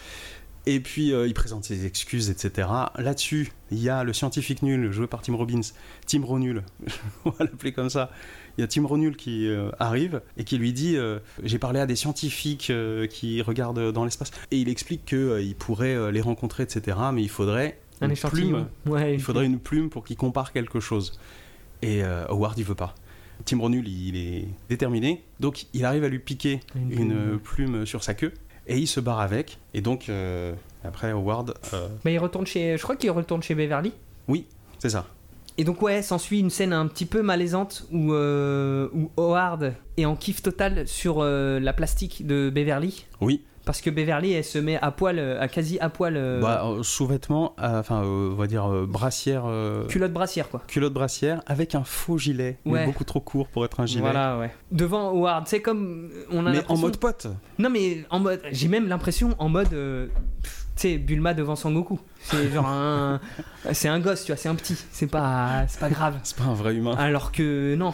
Speaker 2: Et puis euh, il présente ses excuses, etc. Là-dessus, il y a le scientifique nul joué par Tim Robbins, Tim Ronul, [laughs] on va l'appeler comme ça. Il y a Tim Ronul qui euh, arrive et qui lui dit euh, J'ai parlé à des scientifiques euh, qui regardent dans l'espace. Et il explique qu'il pourrait euh, les rencontrer, etc. Mais il faudrait
Speaker 1: Un
Speaker 2: une
Speaker 1: échantillon.
Speaker 2: plume
Speaker 1: Ouais,
Speaker 2: il faudrait une plume pour qu'il compare quelque chose. Et euh, Howard, il veut pas. Tim Ronul, il est déterminé. Donc, il arrive à lui piquer
Speaker 1: Une
Speaker 2: une
Speaker 1: plume.
Speaker 2: euh, plume sur sa queue. Et il se barre avec. Et donc, euh, après, Howard. euh,
Speaker 1: Mais il retourne chez. Je crois qu'il retourne chez Beverly.
Speaker 2: c'est ça.
Speaker 1: Et donc ouais, s'ensuit une scène un petit peu malaisante où, euh, où Howard est en kiff total sur euh, la plastique de Beverly.
Speaker 2: Oui.
Speaker 1: Parce que Beverly, elle se met à poil, euh, à quasi à poil, euh,
Speaker 2: Bah, euh, Sous-vêtements, euh, enfin, euh, on va dire euh, brassière. euh,
Speaker 1: culotte brassière quoi.
Speaker 2: culotte brassière avec un faux gilet. mais
Speaker 1: Ouais.
Speaker 2: beaucoup trop court pour être un gilet.
Speaker 1: Voilà, ouais. Devant Howard, c'est comme euh, on a
Speaker 2: Mais en
Speaker 1: l'impression-
Speaker 2: mode pote.
Speaker 1: Non mais en mode, j'ai même l'impression en mode, euh, pff, tu sais, Bulma devant Son Goku. C'est genre
Speaker 2: [laughs]
Speaker 1: un, c'est un gosse, tu vois, c'est un petit, c'est pas, c'est pas grave.
Speaker 2: C'est pas un vrai humain.
Speaker 1: Alors que non.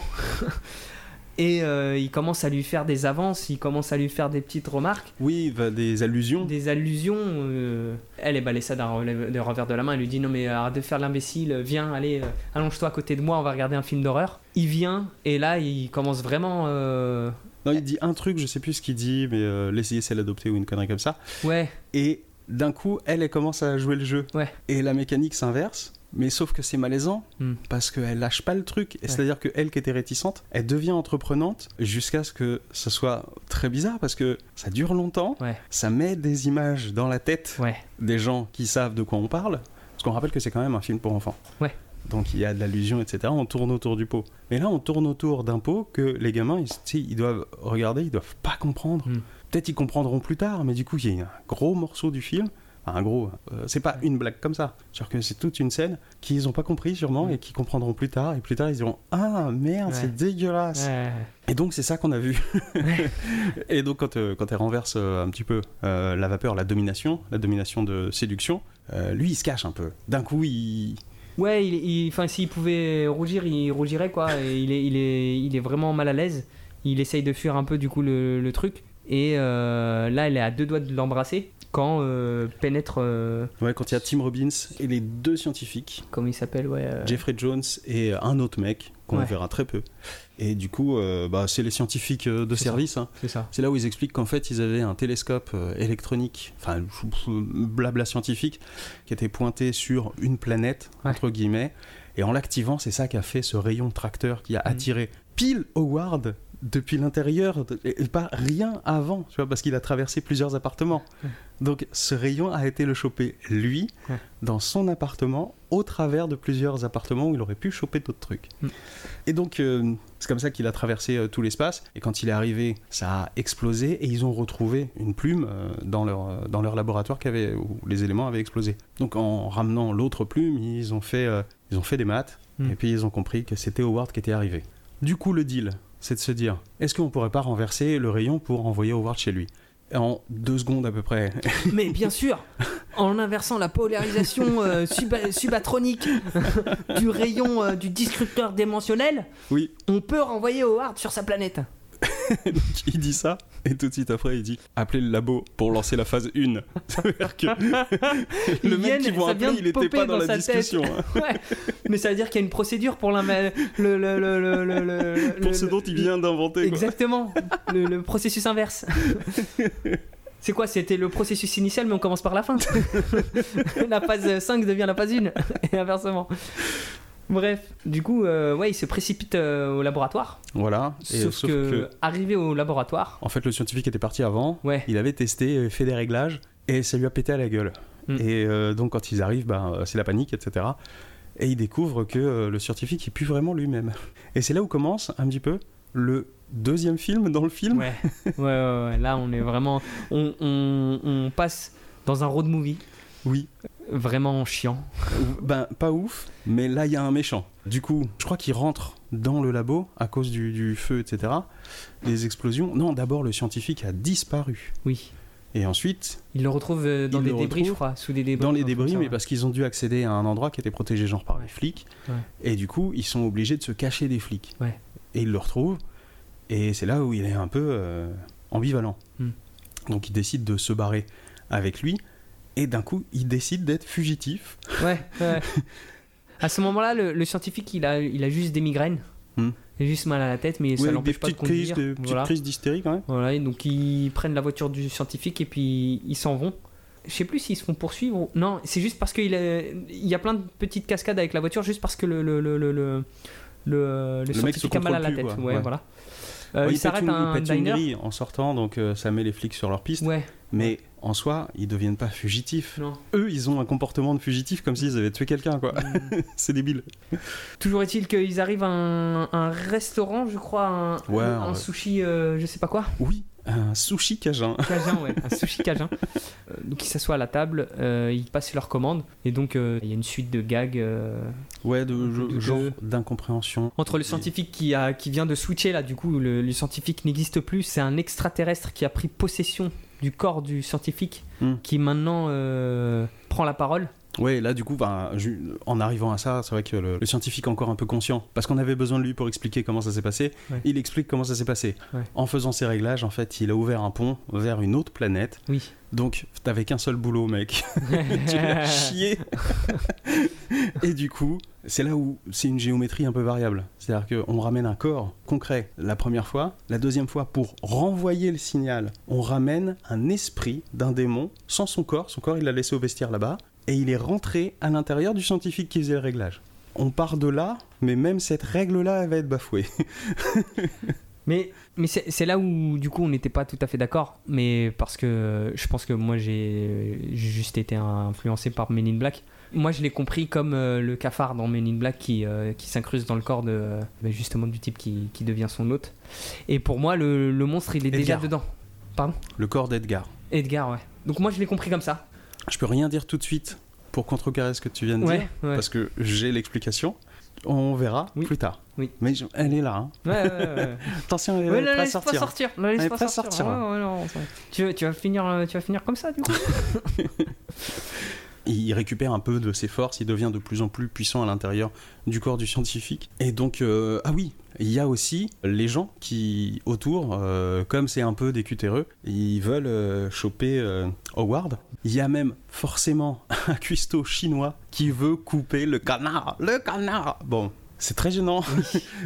Speaker 1: Et euh, il commence à lui faire des avances, il commence à lui faire des petites remarques,
Speaker 2: Oui, bah, des allusions.
Speaker 1: des allusions. euh, Elle est balayée ça d'un relève- d'un revers de la main. Elle lui dit non mais arrête de faire l'imbécile, viens, allez, euh, allonge-toi à côté de moi, on va regarder un film d'horreur. Il vient et là il commence vraiment. euh,
Speaker 2: Non, il dit un truc, je sais plus ce qu'il dit, mais euh, l'essayer, c'est l'adopter ou une connerie comme ça.
Speaker 1: Ouais,
Speaker 2: Et d'un coup, elle, elle commence à jouer le jeu.
Speaker 1: Ouais.
Speaker 2: Et la mécanique s'inverse. Mais sauf que c'est malaisant
Speaker 1: Hmm.
Speaker 2: parce qu'elle lâche pas le truc. Et
Speaker 1: Ouais.
Speaker 2: c'est-à-dire que elle qui était réticente, elle devient entreprenante jusqu'à ce que ça soit très bizarre parce que ça dure longtemps.
Speaker 1: Ouais.
Speaker 2: Ça met des images dans la tête
Speaker 1: ouais.
Speaker 2: des gens qui savent de quoi on parle. Parce qu'on rappelle que c'est quand même un film pour enfants.
Speaker 1: Ouais.
Speaker 2: Donc il y a de l'allusion, etc. On tourne autour du pot. Mais là, on tourne autour d'un pot que les gamins, ils, tu sais, ils doivent regarder, ils doivent pas comprendre.
Speaker 1: Mm.
Speaker 2: Peut-être ils comprendront plus tard, mais du coup, il y a un gros morceau du film. Enfin, un gros. euh, c'est pas une blague comme ça. C'est-à-dire que c'est toute une scène qu'ils n'ont pas compris sûrement
Speaker 1: Mm.
Speaker 2: et qu'ils comprendront plus tard. Et plus tard, ils diront Ah merde,
Speaker 1: Ouais.
Speaker 2: Ah, c'est dégueulasse.
Speaker 1: ouais.
Speaker 2: Et donc c'est ça qu'on a vu.
Speaker 1: Ouais.
Speaker 2: [laughs] et donc quand, euh, quand elle renverse euh, un petit peu euh, la vapeur, la domination, la domination de séduction, euh, lui il se cache un peu. D'un coup il...
Speaker 1: Ouais, il, il- enfin, s'il pouvait rougir, il rougirait quoi. Et il est, il est, il est vraiment mal à l'aise. Il essaye de fuir un peu du coup le, le truc. Et euh, là, elle est à deux doigts de l'embrasser quand euh, pénètre, euh,
Speaker 2: Ouais, quand il y a Tim Robbins et les deux scientifiques,
Speaker 1: comment il s'appelle, ouais. euh,
Speaker 2: Jeffrey Jones et un autre mec qu'on
Speaker 1: Ouais.
Speaker 2: verra très peu. Et du coup euh, bah, c'est les scientifiques euh, de
Speaker 1: C'est ça.
Speaker 2: service. hein.
Speaker 1: C'est ça.
Speaker 2: C'est là où ils expliquent qu'en fait ils avaient un télescope euh, électronique, enfin pff, pff, blabla scientifique, qui était pointé sur une planète,
Speaker 1: Ouais.
Speaker 2: entre guillemets, et en l'activant c'est ça qui a fait ce rayon tracteur qui a
Speaker 1: Mm.
Speaker 2: attiré pile Howard depuis l'intérieur, de- et et pas rien avant, tu vois, parce qu'il a traversé plusieurs appartements.
Speaker 1: Ouais.
Speaker 2: Donc ce rayon a été le choper, lui,
Speaker 1: Ouais.
Speaker 2: dans son appartement, au travers de plusieurs appartements où il aurait pu choper d'autres trucs.
Speaker 1: Mm.
Speaker 2: Et donc, euh, c'est comme ça qu'il a traversé euh, tout l'espace. Et quand il est arrivé, ça a explosé et ils ont retrouvé une plume euh, dans, leur, euh, dans leur laboratoire qui avait, où les éléments avaient explosé. Donc, en ramenant l'autre plume, ils ont fait, euh, ils ont fait des maths
Speaker 1: Mm.
Speaker 2: et puis ils ont compris que c'était Howard qui était arrivé. Du coup, le deal, c'est de se dire est-ce qu'on pourrait pas renverser le rayon pour envoyer Howard chez lui En deux secondes à peu près.
Speaker 1: Mais bien sûr, en inversant la polarisation euh, suba- subatronique du rayon euh, du disrupteur dimensionnel,
Speaker 2: oui,
Speaker 1: on peut renvoyer Howard sur sa planète.
Speaker 2: il dit ça et tout de suite après il dit appelez le labo pour lancer la phase [laughs] 1 ça veut dire que le
Speaker 1: Ils
Speaker 2: mec qui
Speaker 1: viennent,
Speaker 2: vont
Speaker 1: ça
Speaker 2: appeler
Speaker 1: vient de
Speaker 2: il était
Speaker 1: popper
Speaker 2: pas
Speaker 1: dans
Speaker 2: dans, la
Speaker 1: sa tête.
Speaker 2: discussion hein.
Speaker 1: Ouais. Mais ça veut dire qu'il y a une procédure pour la, le, le, le, le, le- le-
Speaker 2: pour
Speaker 1: le-
Speaker 2: ce dont il vient d'inventer quoi.
Speaker 1: Exactement, le, le processus inverse.
Speaker 2: [laughs]
Speaker 1: C'est quoi C'était le processus initial, mais on commence par la fin. [laughs] la phase 5 devient la phase 1, [laughs] et inversement. Bref, du coup, euh, ouais, il se précipite euh, au laboratoire.
Speaker 2: voilà et
Speaker 1: sauf, que, arrivé au laboratoire,
Speaker 2: en fait le scientifique était parti avant
Speaker 1: ouais,
Speaker 2: il avait testé euh, fait des réglages et ça lui a pété à la gueule
Speaker 1: Mm.
Speaker 2: et euh, donc quand ils arrivent ben, euh, c'est la panique etc et il découvre que euh, le scientifique il pue vraiment lui-même et c'est là où commence un petit peu le deuxième film dans le film
Speaker 1: ouais, ouais, ouais, ouais, là on est vraiment, on, on- on passe dans un road movie
Speaker 2: Oui.
Speaker 1: Vraiment chiant.
Speaker 2: Ben, pas ouf, mais là, il y a un méchant. Du coup, je crois qu'il rentre dans le labo à cause du, du feu, etc. Les explosions. Non, d'abord, le scientifique a disparu.
Speaker 1: Oui.
Speaker 2: Et ensuite,
Speaker 1: Il le retrouve euh, dans
Speaker 2: Il
Speaker 1: des
Speaker 2: le
Speaker 1: débris, je
Speaker 2: retrouve
Speaker 1: crois, sous des débris.
Speaker 2: dans
Speaker 1: un
Speaker 2: les
Speaker 1: truc
Speaker 2: débris,
Speaker 1: comme
Speaker 2: mais
Speaker 1: ça.
Speaker 2: parce qu'ils ont dû accéder à un endroit qui était protégé, genre par les flics.
Speaker 1: Ouais.
Speaker 2: Et du coup, ils sont obligés de se cacher des flics.
Speaker 1: Ouais.
Speaker 2: Et ils le retrouvent. Et c'est là où il est un peu euh, ambivalent.
Speaker 1: Hmm.
Speaker 2: Donc, il décide de se barrer avec lui. Et d'un coup, il décide d'être fugitif.
Speaker 1: Ouais, ouais. [laughs] à ce moment-là, le, le scientifique, il a, il a juste des migraines.
Speaker 2: Hmm.
Speaker 1: Il a juste mal à la tête, mais
Speaker 2: Ouais,
Speaker 1: ça
Speaker 2: avec des
Speaker 1: l'empêche pas de
Speaker 2: petites crises,
Speaker 1: conduire.
Speaker 2: de, petites
Speaker 1: voilà.
Speaker 2: crises d'hystérie quand même.
Speaker 1: Voilà, et donc ils prennent la voiture du scientifique et puis ils s'en vont. Je sais plus s'ils se font poursuivre. ou- Non, c'est juste parce qu'il est- il y a plein de petites cascades avec la voiture, juste parce que le, le, le, le, le, le- le
Speaker 2: se
Speaker 1: scientifique a mal à la
Speaker 2: contrôle
Speaker 1: tête.
Speaker 2: plus, quoi.
Speaker 1: Ouais,
Speaker 2: Ouais.
Speaker 1: voilà. Euh,
Speaker 2: Ouais,
Speaker 1: il s'arrête
Speaker 2: pète
Speaker 1: à
Speaker 2: une- il
Speaker 1: un
Speaker 2: pète une
Speaker 1: diner.
Speaker 2: grille en sortant, donc euh, ça met les flics sur leur piste.
Speaker 1: Ouais,
Speaker 2: Mais en soi, ils deviennent pas fugitifs. [laughs]
Speaker 1: non.
Speaker 2: Eux, ils ont un comportement de fugitif comme s'ils avaient tué quelqu'un, quoi. [laughs]
Speaker 1: Mm.
Speaker 2: c'est débile.
Speaker 1: Toujours est-il qu'ils arrivent à un, un restaurant, je crois, un,
Speaker 2: Ouais,
Speaker 1: un
Speaker 2: ouais.
Speaker 1: sushi, euh, je sais pas quoi.
Speaker 2: Oui, un sushi cajun.
Speaker 1: Cajun, ouais, un sushi cajun. Euh, Donc ils s'assoient à la table, euh, ils passent leur commande, et donc euh, il y a une suite de gags euh,
Speaker 2: Ouais, de,
Speaker 1: De- de-
Speaker 2: genre d'incompréhension.
Speaker 1: entre le scientifique qui, a, qui vient de switcher là, du coup le, le scientifique n'existe plus, c'est un extraterrestre qui a pris possession du corps du scientifique,
Speaker 2: Hmm.
Speaker 1: qui maintenant euh, prend la parole.
Speaker 2: Ouais, là, du coup, bah, ju- en arrivant à ça, c'est vrai que le, le scientifique est encore un peu conscient, parce qu'on avait besoin de lui pour expliquer comment ça s'est passé.
Speaker 1: Ouais.
Speaker 2: Il explique comment ça s'est passé.
Speaker 1: Ouais.
Speaker 2: En faisant ses réglages, en fait, il a ouvert un pont vers une autre planète.
Speaker 1: Oui.
Speaker 2: Donc, t'avais qu'un seul boulot, mec. [laughs] tu l'as
Speaker 1: ouais,
Speaker 2: chié. [laughs] et du coup, c'est là où c'est une géométrie un peu variable. C'est-à-dire qu'on ramène un corps concret la première fois, la deuxième fois, pour renvoyer le signal, on ramène un esprit d'un démon sans son corps. Son corps, il l'a laissé au vestiaire là-bas, et il est rentré à l'intérieur du scientifique qui faisait le réglage. On part de là, mais même cette règle-là, elle va être bafouée.
Speaker 1: mais mais c'est c'est là où du coup on n'était pas tout à fait d'accord, mais parce que euh, je pense que moi j'ai j'ai juste été influencé par Men in Black. Moi je l'ai compris comme euh, le cafard dans Men in Black qui, euh, qui s'incruste dans le corps de, euh, bah, justement du type qui, qui devient son hôte. Et pour moi le, le monstre il est déjà
Speaker 2: Edgar.
Speaker 1: dedans.
Speaker 2: Le corps d'Edgar.
Speaker 1: Edgar, ouais. Donc moi je l'ai compris comme ça.
Speaker 2: Je peux rien dire tout de suite pour contrecarrer ce que tu viens de dire.
Speaker 1: Ouais, ouais.
Speaker 2: hein, parce que j'ai l'explication. On verra
Speaker 1: Oui.
Speaker 2: plus tard.
Speaker 1: Oui.
Speaker 2: Mais je- elle est là. hein.
Speaker 1: Ouais, ouais,
Speaker 2: [laughs]
Speaker 1: ouais.
Speaker 2: Attention, elle
Speaker 1: Ouais,
Speaker 2: va
Speaker 1: la
Speaker 2: pas
Speaker 1: laisse pas
Speaker 2: sortir.
Speaker 1: sortir. La laisse
Speaker 2: Elle
Speaker 1: pas
Speaker 2: est pas
Speaker 1: sortir.
Speaker 2: sortir, hein.
Speaker 1: Ouais,
Speaker 2: là.
Speaker 1: ouais, non, ça- tu, vas- tu vas finir, euh, tu vas finir comme ça du coup.
Speaker 2: Il récupère un peu de ses forces, il devient de plus en plus puissant à l'intérieur du corps du scientifique. Et donc, euh, ah oui, il y a aussi les gens qui, autour, euh, comme c'est un peu des cutéreux, ils veulent euh, choper euh, Howard. Il y a même forcément [laughs] un cuistot chinois qui veut couper le canard. Le canard Bon, c'est très gênant.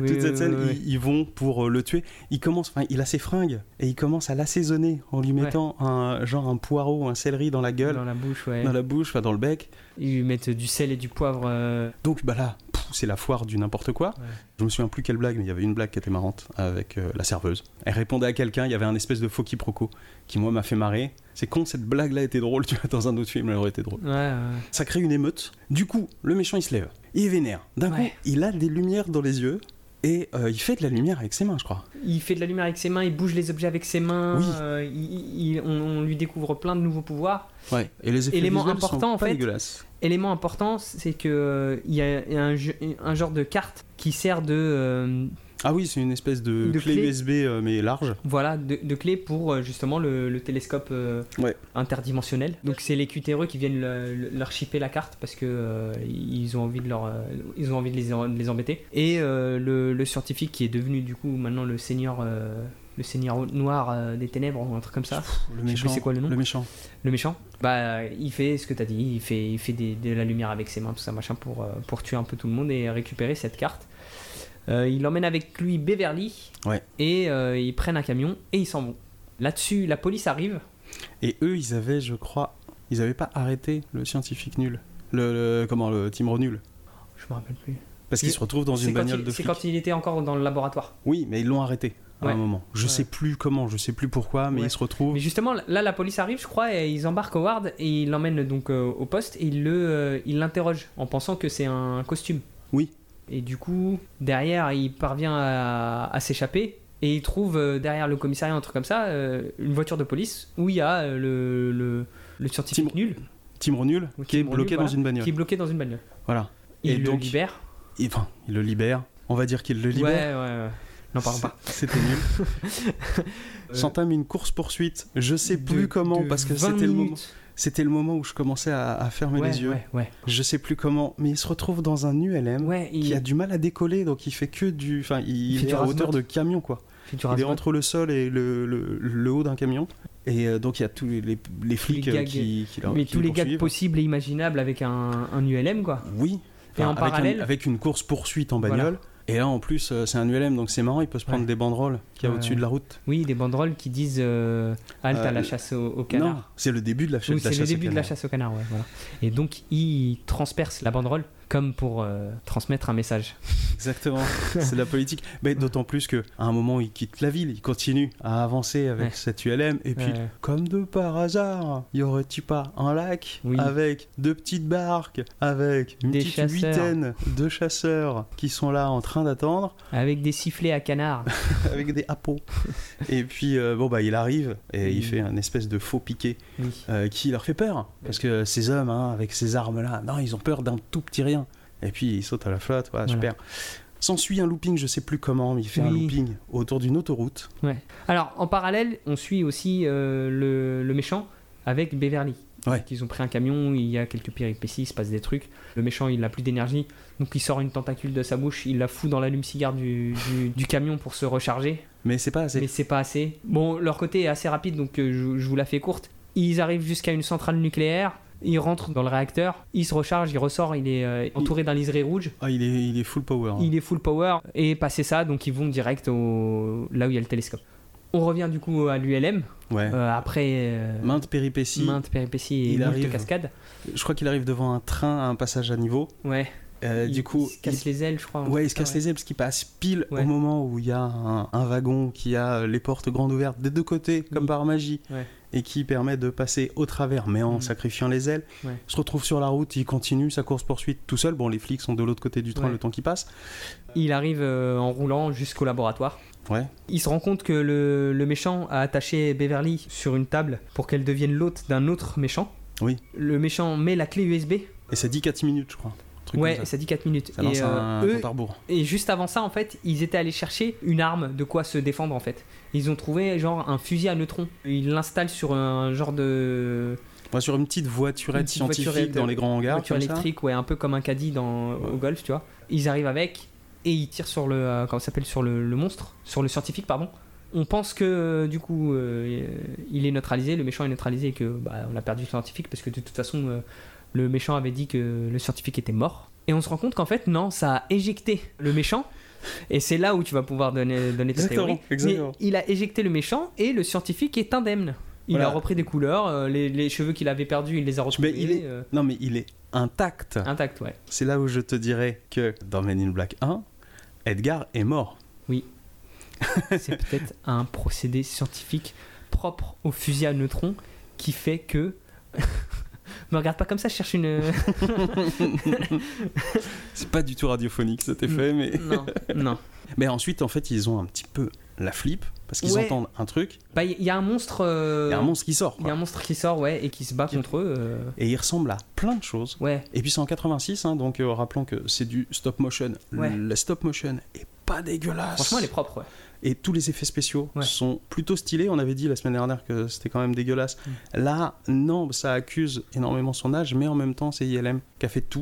Speaker 1: Oui,
Speaker 2: Toute cette
Speaker 1: oui,
Speaker 2: scène,
Speaker 1: oui, oui.
Speaker 2: ils, ils vont pour euh, le tuer. Il commence, enfin, il a ses fringues et il commence à l'assaisonner en lui
Speaker 1: Ouais.
Speaker 2: mettant un genre un poireau, un céleri dans la gueule,
Speaker 1: Dans la bouche, ouais.
Speaker 2: dans la bouche, enfin dans le bec.
Speaker 1: Ils lui mettent du sel et du poivre. euh,
Speaker 2: Donc bah là, pff, c'est la foire du n'importe quoi.
Speaker 1: Ouais.
Speaker 2: Je me souviens plus quelle blague, mais il y avait une blague qui était marrante avec euh, la serveuse. Elle répondait à quelqu'un, il y avait un espèce de faux quiproquo qui moi m'a fait marrer. C'est con, cette blague-là était drôle, [laughs] tu vois, dans un autre film, elle aurait été drôle.
Speaker 1: Ouais, euh. ouais.
Speaker 2: Ça crée une émeute. Du coup, le méchant il se lève, il est vénère. D'un
Speaker 1: Ouais.
Speaker 2: coup, il a des lumières dans les yeux et euh, il fait de la lumière avec ses mains, je crois.
Speaker 1: Il fait de la lumière avec ses mains, il bouge les objets avec ses mains.
Speaker 2: Oui.
Speaker 1: euh, il- il- on, on lui découvre plein de nouveaux pouvoirs.
Speaker 2: Ouais, et les effets
Speaker 1: Élément
Speaker 2: visuels sont
Speaker 1: important, en
Speaker 2: pas
Speaker 1: fait.
Speaker 2: dégueulasses.
Speaker 1: Élément important, c'est que euh, il y a un, jeu- un genre de carte qui sert de euh,
Speaker 2: Ah oui, c'est une espèce de,
Speaker 1: De
Speaker 2: clé,
Speaker 1: clé.
Speaker 2: USB euh, mais large.
Speaker 1: Voilà, de, de clés pour euh, justement le, le télescope euh,
Speaker 2: Ouais.
Speaker 1: interdimensionnel. Donc c'est les QTRE E qui viennent le- le- leur chipper la carte parce que euh, ils ont envie de leur, euh, ils ont envie de les, en- de les embêter. Et euh, le, le scientifique qui est devenu du coup maintenant le seigneur, euh, le seigneur noir euh, des ténèbres ou un truc comme ça.
Speaker 2: Le
Speaker 1: méchant. c'est quoi le nom
Speaker 2: Le méchant.
Speaker 1: Le méchant, bah il fait ce que t'as dit, il fait, il fait des- de la lumière avec ses mains, tout ça machin pour, euh, pour tuer un peu tout le monde et récupérer cette carte. Euh, il emmène avec lui Beverly
Speaker 2: Ouais.
Speaker 1: et euh, ils prennent un camion et ils s'en vont. Là-dessus, la police arrive.
Speaker 2: Et eux, ils avaient, je crois, ils avaient pas arrêté le scientifique nul. Le, le- comment le Timro nul
Speaker 1: Je me rappelle plus.
Speaker 2: parce qu'ils
Speaker 1: Il-
Speaker 2: se retrouvent dans
Speaker 1: C'est
Speaker 2: une
Speaker 1: quand,
Speaker 2: bagnole
Speaker 1: il-
Speaker 2: de
Speaker 1: c'est
Speaker 2: flic.
Speaker 1: quand il était encore dans le laboratoire.
Speaker 2: Oui, mais ils l'ont arrêté à
Speaker 1: Ouais.
Speaker 2: un moment. Je
Speaker 1: Ouais.
Speaker 2: sais plus comment, je sais plus pourquoi, mais
Speaker 1: Ouais.
Speaker 2: ils se retrouvent.
Speaker 1: Mais justement, là, la police arrive, je crois, et ils embarquent Howard et ils l'emmènent donc euh, au poste et ils le, euh, ils l'interrogent en pensant que c'est un costume.
Speaker 2: Oui.
Speaker 1: Et du coup, derrière, il parvient à, à s'échapper et il trouve euh, derrière le commissariat, un truc comme ça, euh, une voiture de police où il y a euh, le, le, le scientifique
Speaker 2: Tim-
Speaker 1: nul
Speaker 2: Tim Ronul,
Speaker 1: Ou
Speaker 2: qui est
Speaker 1: Tim Ronul,
Speaker 2: bloqué
Speaker 1: voilà,
Speaker 2: dans une bagnole.
Speaker 1: Qui est bloqué dans une bagnole.
Speaker 2: Voilà.
Speaker 1: Il
Speaker 2: Et
Speaker 1: le
Speaker 2: donc-
Speaker 1: libère.
Speaker 2: Et, enfin, il le libère. On va dire qu'il le libère.
Speaker 1: Ouais, ouais, ouais. N'en parlons pas.
Speaker 2: C'est- C'était nul.
Speaker 1: [laughs]
Speaker 2: S'entame une course-poursuite. Je sais plus
Speaker 1: De-
Speaker 2: comment,
Speaker 1: de
Speaker 2: parce que
Speaker 1: 20
Speaker 2: c'était le, moment,
Speaker 1: minutes.
Speaker 2: c'était le moment où je commençais à, à fermer
Speaker 1: Ouais,
Speaker 2: les yeux.
Speaker 1: ouais, ouais.
Speaker 2: Je sais plus comment, mais il se retrouve dans un ULM
Speaker 1: Ouais, il,
Speaker 2: qui a du mal à décoller, donc il fait que du. Enfin, il,
Speaker 1: Il fait
Speaker 2: est
Speaker 1: du
Speaker 2: à hauteur
Speaker 1: rase-notes.
Speaker 2: de camion, quoi.
Speaker 1: fait du
Speaker 2: Il est
Speaker 1: rasement.
Speaker 2: entre le sol et le, le- le haut d'un camion. Et euh, donc il y a tous les, les- les flics
Speaker 1: Les
Speaker 2: euh,
Speaker 1: gags.
Speaker 2: qui, qui la-
Speaker 1: Mais
Speaker 2: qui
Speaker 1: tous
Speaker 2: le
Speaker 1: les gags
Speaker 2: poursuivent.
Speaker 1: possibles et imaginables avec un, un ULM, quoi.
Speaker 2: Oui.
Speaker 1: Et en
Speaker 2: avec un-
Speaker 1: parallèle-
Speaker 2: avec une course poursuite en bagnole. Et là en plus euh, c'est un ULM donc c'est marrant, il peut se prendre
Speaker 1: Ouais.
Speaker 2: des banderoles qu'il y a
Speaker 1: Ouais,
Speaker 2: au-dessus
Speaker 1: ouais.
Speaker 2: de la route.
Speaker 1: Oui, des banderoles qui disent euh, halte
Speaker 2: Euh,
Speaker 1: à la chasse au, au
Speaker 2: Non,
Speaker 1: canard.
Speaker 2: c'est le début de la, cha-
Speaker 1: Ou
Speaker 2: de la
Speaker 1: c'est
Speaker 2: chasse.
Speaker 1: le
Speaker 2: au
Speaker 1: début de la
Speaker 2: canard.
Speaker 1: chasse au canard, ouais, voilà. Et donc, il transperce la banderole comme pour euh, transmettre un message. [laughs]
Speaker 2: Exactement, c'est de la politique. Mais d'autant plus que à un moment il quitte la ville, il continue à avancer avec
Speaker 1: Ouais.
Speaker 2: cette ULM et puis
Speaker 1: Ouais.
Speaker 2: comme de par hasard, y aurait-tu pas un lac
Speaker 1: Oui.
Speaker 2: avec deux petites barques, avec une
Speaker 1: Des
Speaker 2: petite
Speaker 1: chasseurs.
Speaker 2: huitaine de chasseurs qui sont là en train
Speaker 1: [laughs]
Speaker 2: d'attendre
Speaker 1: Avec des sifflets à
Speaker 2: [laughs]
Speaker 1: canard.
Speaker 2: avec des appos. et puis euh, bon bah il arrive et il
Speaker 1: Oui.
Speaker 2: fait un espèce de faux piqué
Speaker 1: Oui.
Speaker 2: euh, qui leur fait peur parce que ces hommes hein, avec ces armes là, non ils ont peur d'un tout petit rien. Et puis il saute à la flotte, voilà,
Speaker 1: Voilà.
Speaker 2: super. S'ensuit un looping, je sais plus comment, mais il fait un
Speaker 1: Oui.
Speaker 2: looping autour d'une autoroute.
Speaker 1: Alors, en parallèle, on suit aussi euh, le, le méchant avec Beverly.
Speaker 2: Ouais.
Speaker 1: Ils ont pris un camion, il y a quelques péripéties, il se passe des trucs. Le méchant, il n'a plus d'énergie, donc il sort une tentacule de sa bouche, il la fout dans l'allume-cigare du, du- du camion pour se recharger,
Speaker 2: Mais c'est pas assez.
Speaker 1: mais c'est pas assez. Bon, leur côté est assez rapide, donc euh, je, je vous la fais courte. Ils arrivent jusqu'à une centrale nucléaire, ils rentrent dans le réacteur, il se recharge, il ressort, il est euh, entouré d'un liseré rouge,
Speaker 2: Ah, il, est, il est full power. hein.
Speaker 1: il est full power et passé ça, donc ils vont direct au... là où il y a le télescope. On revient du coup à l'ULM,
Speaker 2: Ouais.
Speaker 1: euh, après euh,
Speaker 2: Maintes péripéties.
Speaker 1: maintes péripéties et
Speaker 2: il
Speaker 1: multes
Speaker 2: arrive.
Speaker 1: cascades.
Speaker 2: Je crois qu'il arrive devant un train à un passage à niveau.
Speaker 1: Ouais.
Speaker 2: Euh,
Speaker 1: il-
Speaker 2: du coup,
Speaker 1: il se casse les ailes, je crois.
Speaker 2: ouais, il se casse les ailes parce qu'il passe pile
Speaker 1: Ouais.
Speaker 2: au moment où il y a un, un wagon qui a euh, les portes grandes ouvertes des deux côtés, comme
Speaker 1: Oui.
Speaker 2: par magie,
Speaker 1: Ouais.
Speaker 2: et qui permet de passer au travers, mais en
Speaker 1: Mm.
Speaker 2: sacrifiant les ailes.
Speaker 1: Ouais.
Speaker 2: Il se retrouve sur la route, il continue sa course poursuite tout seul. Bon, les flics sont de l'autre côté du train
Speaker 1: Ouais.
Speaker 2: le temps qu'il passe.
Speaker 1: Il arrive euh, en roulant jusqu'au laboratoire.
Speaker 2: Ouais.
Speaker 1: Il se rend compte que le, le méchant a attaché Beverly sur une table pour qu'elle devienne l'hôte d'un autre méchant.
Speaker 2: Oui.
Speaker 1: Le méchant met la clé USB.
Speaker 2: Et ça dit 4 minutes, je crois. Un truc
Speaker 1: ouais,
Speaker 2: comme
Speaker 1: et
Speaker 2: ça.
Speaker 1: ça dit 4 minutes.
Speaker 2: Ça lance
Speaker 1: et, euh,
Speaker 2: un
Speaker 1: eux,
Speaker 2: compte à rebours.
Speaker 1: Et juste avant ça, en fait, ils étaient allés chercher une arme de quoi se défendre, en fait. Ils ont trouvé, genre, un fusil à neutrons. Ils l'installent sur un genre de
Speaker 2: Ouais, sur une petite voiturette
Speaker 1: Une petite
Speaker 2: scientifique
Speaker 1: voiturette,
Speaker 2: dans les grands hangars.
Speaker 1: voiture
Speaker 2: comme ça.
Speaker 1: électrique, ouais, un peu comme un caddie dans,
Speaker 2: Ouais.
Speaker 1: au golf, tu vois. Ils arrivent avec et ils tirent sur le, euh, comment ça s'appelle, sur le, le monstre, sur le scientifique, pardon. On pense que, euh, du coup, euh, il est neutralisé, le méchant est neutralisé et que, bah, on a perdu le scientifique parce que, de toute façon, euh, le méchant avait dit que le scientifique était mort. Et on se rend compte qu'en fait, non, ça a éjecté le méchant. Et c'est là où tu vas pouvoir donner, donner ta
Speaker 2: Exactement,
Speaker 1: théorie. Mais
Speaker 2: exactement.
Speaker 1: il a éjecté le méchant et le scientifique est indemne. Il
Speaker 2: Voilà.
Speaker 1: a repris des couleurs, euh, les, les cheveux qu'il avait perdus, il les a retrouvés.
Speaker 2: il est-
Speaker 1: euh,
Speaker 2: Non, mais il est intact.
Speaker 1: intact, ouais.
Speaker 2: C'est là où je te dirais que dans Men in Black 1, Edgar est mort.
Speaker 1: [laughs] C'est peut-être un procédé scientifique propre au fusil à neutrons qui fait que. [laughs] Me regarde pas comme ça, je cherche une. euh,
Speaker 2: C'est pas du tout radiophonique
Speaker 1: Mm.
Speaker 2: cet effet, mais.
Speaker 1: [laughs] non, non.
Speaker 2: Mais ensuite, en fait, ils ont un petit peu la flip parce qu'ils
Speaker 1: Ouais.
Speaker 2: entendent un truc,
Speaker 1: Bah, il y a un monstre. euh,
Speaker 2: il y a un monstre qui sort.
Speaker 1: il y
Speaker 2: quoi.
Speaker 1: a un monstre qui sort, ouais, et qui se bat contre eux. euh,
Speaker 2: Et il ressemble à plein de choses.
Speaker 1: Ouais,
Speaker 2: Et puis c'est en 86, hein, donc euh, rappelons que c'est du stop motion. Le-
Speaker 1: Ouais.
Speaker 2: La stop motion est pas dégueulasse.
Speaker 1: franchement, elle est propre, ouais.
Speaker 2: Et tous les effets spéciaux
Speaker 1: Ouais.
Speaker 2: sont plutôt stylés. On avait dit la semaine dernière que c'était quand même dégueulasse.
Speaker 1: Mm.
Speaker 2: Là, non, ça accuse énormément son âge, mais en même temps, c'est ILM qui a fait tout.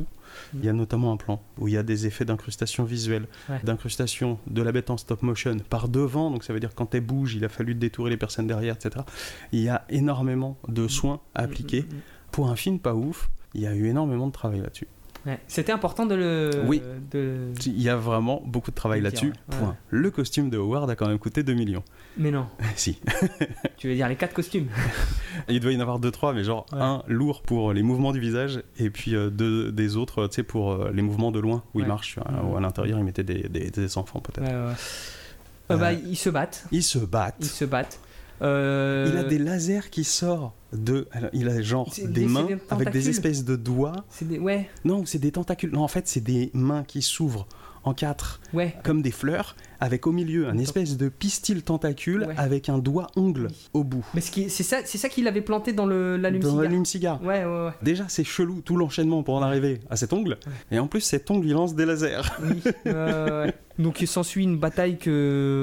Speaker 1: Mm.
Speaker 2: Il y a notamment un plan où il y a des effets d'incrustation visuelle,
Speaker 1: Ouais.
Speaker 2: d'incrustation de la bête en stop motion par devant, donc ça veut dire quand elle bouge, il a fallu détourer les personnes derrière, etc. Il y a énormément de soins appliqués.
Speaker 1: Mm, mm, mm.
Speaker 2: Pour un film pas ouf, il y a eu énormément de travail là-dessus.
Speaker 1: Ouais. C'était important de le.
Speaker 2: Oui.
Speaker 1: de-
Speaker 2: Il y a vraiment beaucoup de travail
Speaker 1: Dire,
Speaker 2: là-dessus.
Speaker 1: ouais.
Speaker 2: Point.
Speaker 1: Ouais.
Speaker 2: Le costume de Howard a quand même coûté 2 millions. [laughs]
Speaker 1: Mais non,
Speaker 2: si.
Speaker 1: tu veux dire les quatre
Speaker 2: [laughs]
Speaker 1: costumes.
Speaker 2: Il doit y en avoir deux trois, mais genre
Speaker 1: Ouais.
Speaker 2: un lourd pour euh, les mouvements du visage et puis euh, deux des autres, euh, tu sais, pour euh, les mouvements de loin où il
Speaker 1: Ouais.
Speaker 2: marche, tu vois,
Speaker 1: Mhm.
Speaker 2: ou à l'intérieur il mettait des, des- des enfants peut-être.
Speaker 1: Ouais, ouais. Euh, bah,
Speaker 2: Euh,
Speaker 1: ils se battent.
Speaker 2: Ils se
Speaker 1: Ils
Speaker 2: battent.
Speaker 1: se battent. Euh,
Speaker 2: Il a des lasers qui sortent de, alors, il a genre
Speaker 1: C'est-
Speaker 2: des
Speaker 1: c'est
Speaker 2: mains
Speaker 1: des
Speaker 2: avec
Speaker 1: tentacules.
Speaker 2: des espèces de doigts.
Speaker 1: c'est des- Ouais,
Speaker 2: Non, c'est des tentacules. Non, en fait c'est des mains qui s'ouvrent en quatre,
Speaker 1: Ouais.
Speaker 2: comme des fleurs, avec au milieu un espèce de pistil tentacule
Speaker 1: Ouais.
Speaker 2: avec un doigt ongle au bout.
Speaker 1: Mais ce qui- c'est ça, c'est ça qu'il avait planté dans le
Speaker 2: Dans
Speaker 1: l'allume-cigare.
Speaker 2: l'allume-cigare.
Speaker 1: Ouais, ouais, ouais.
Speaker 2: Déjà, c'est chelou tout l'enchaînement pour en arriver à cet ongle. Et en plus, cet ongle, il lance des lasers.
Speaker 1: Oui, euh, ouais. [laughs] Donc il s'ensuit une bataille que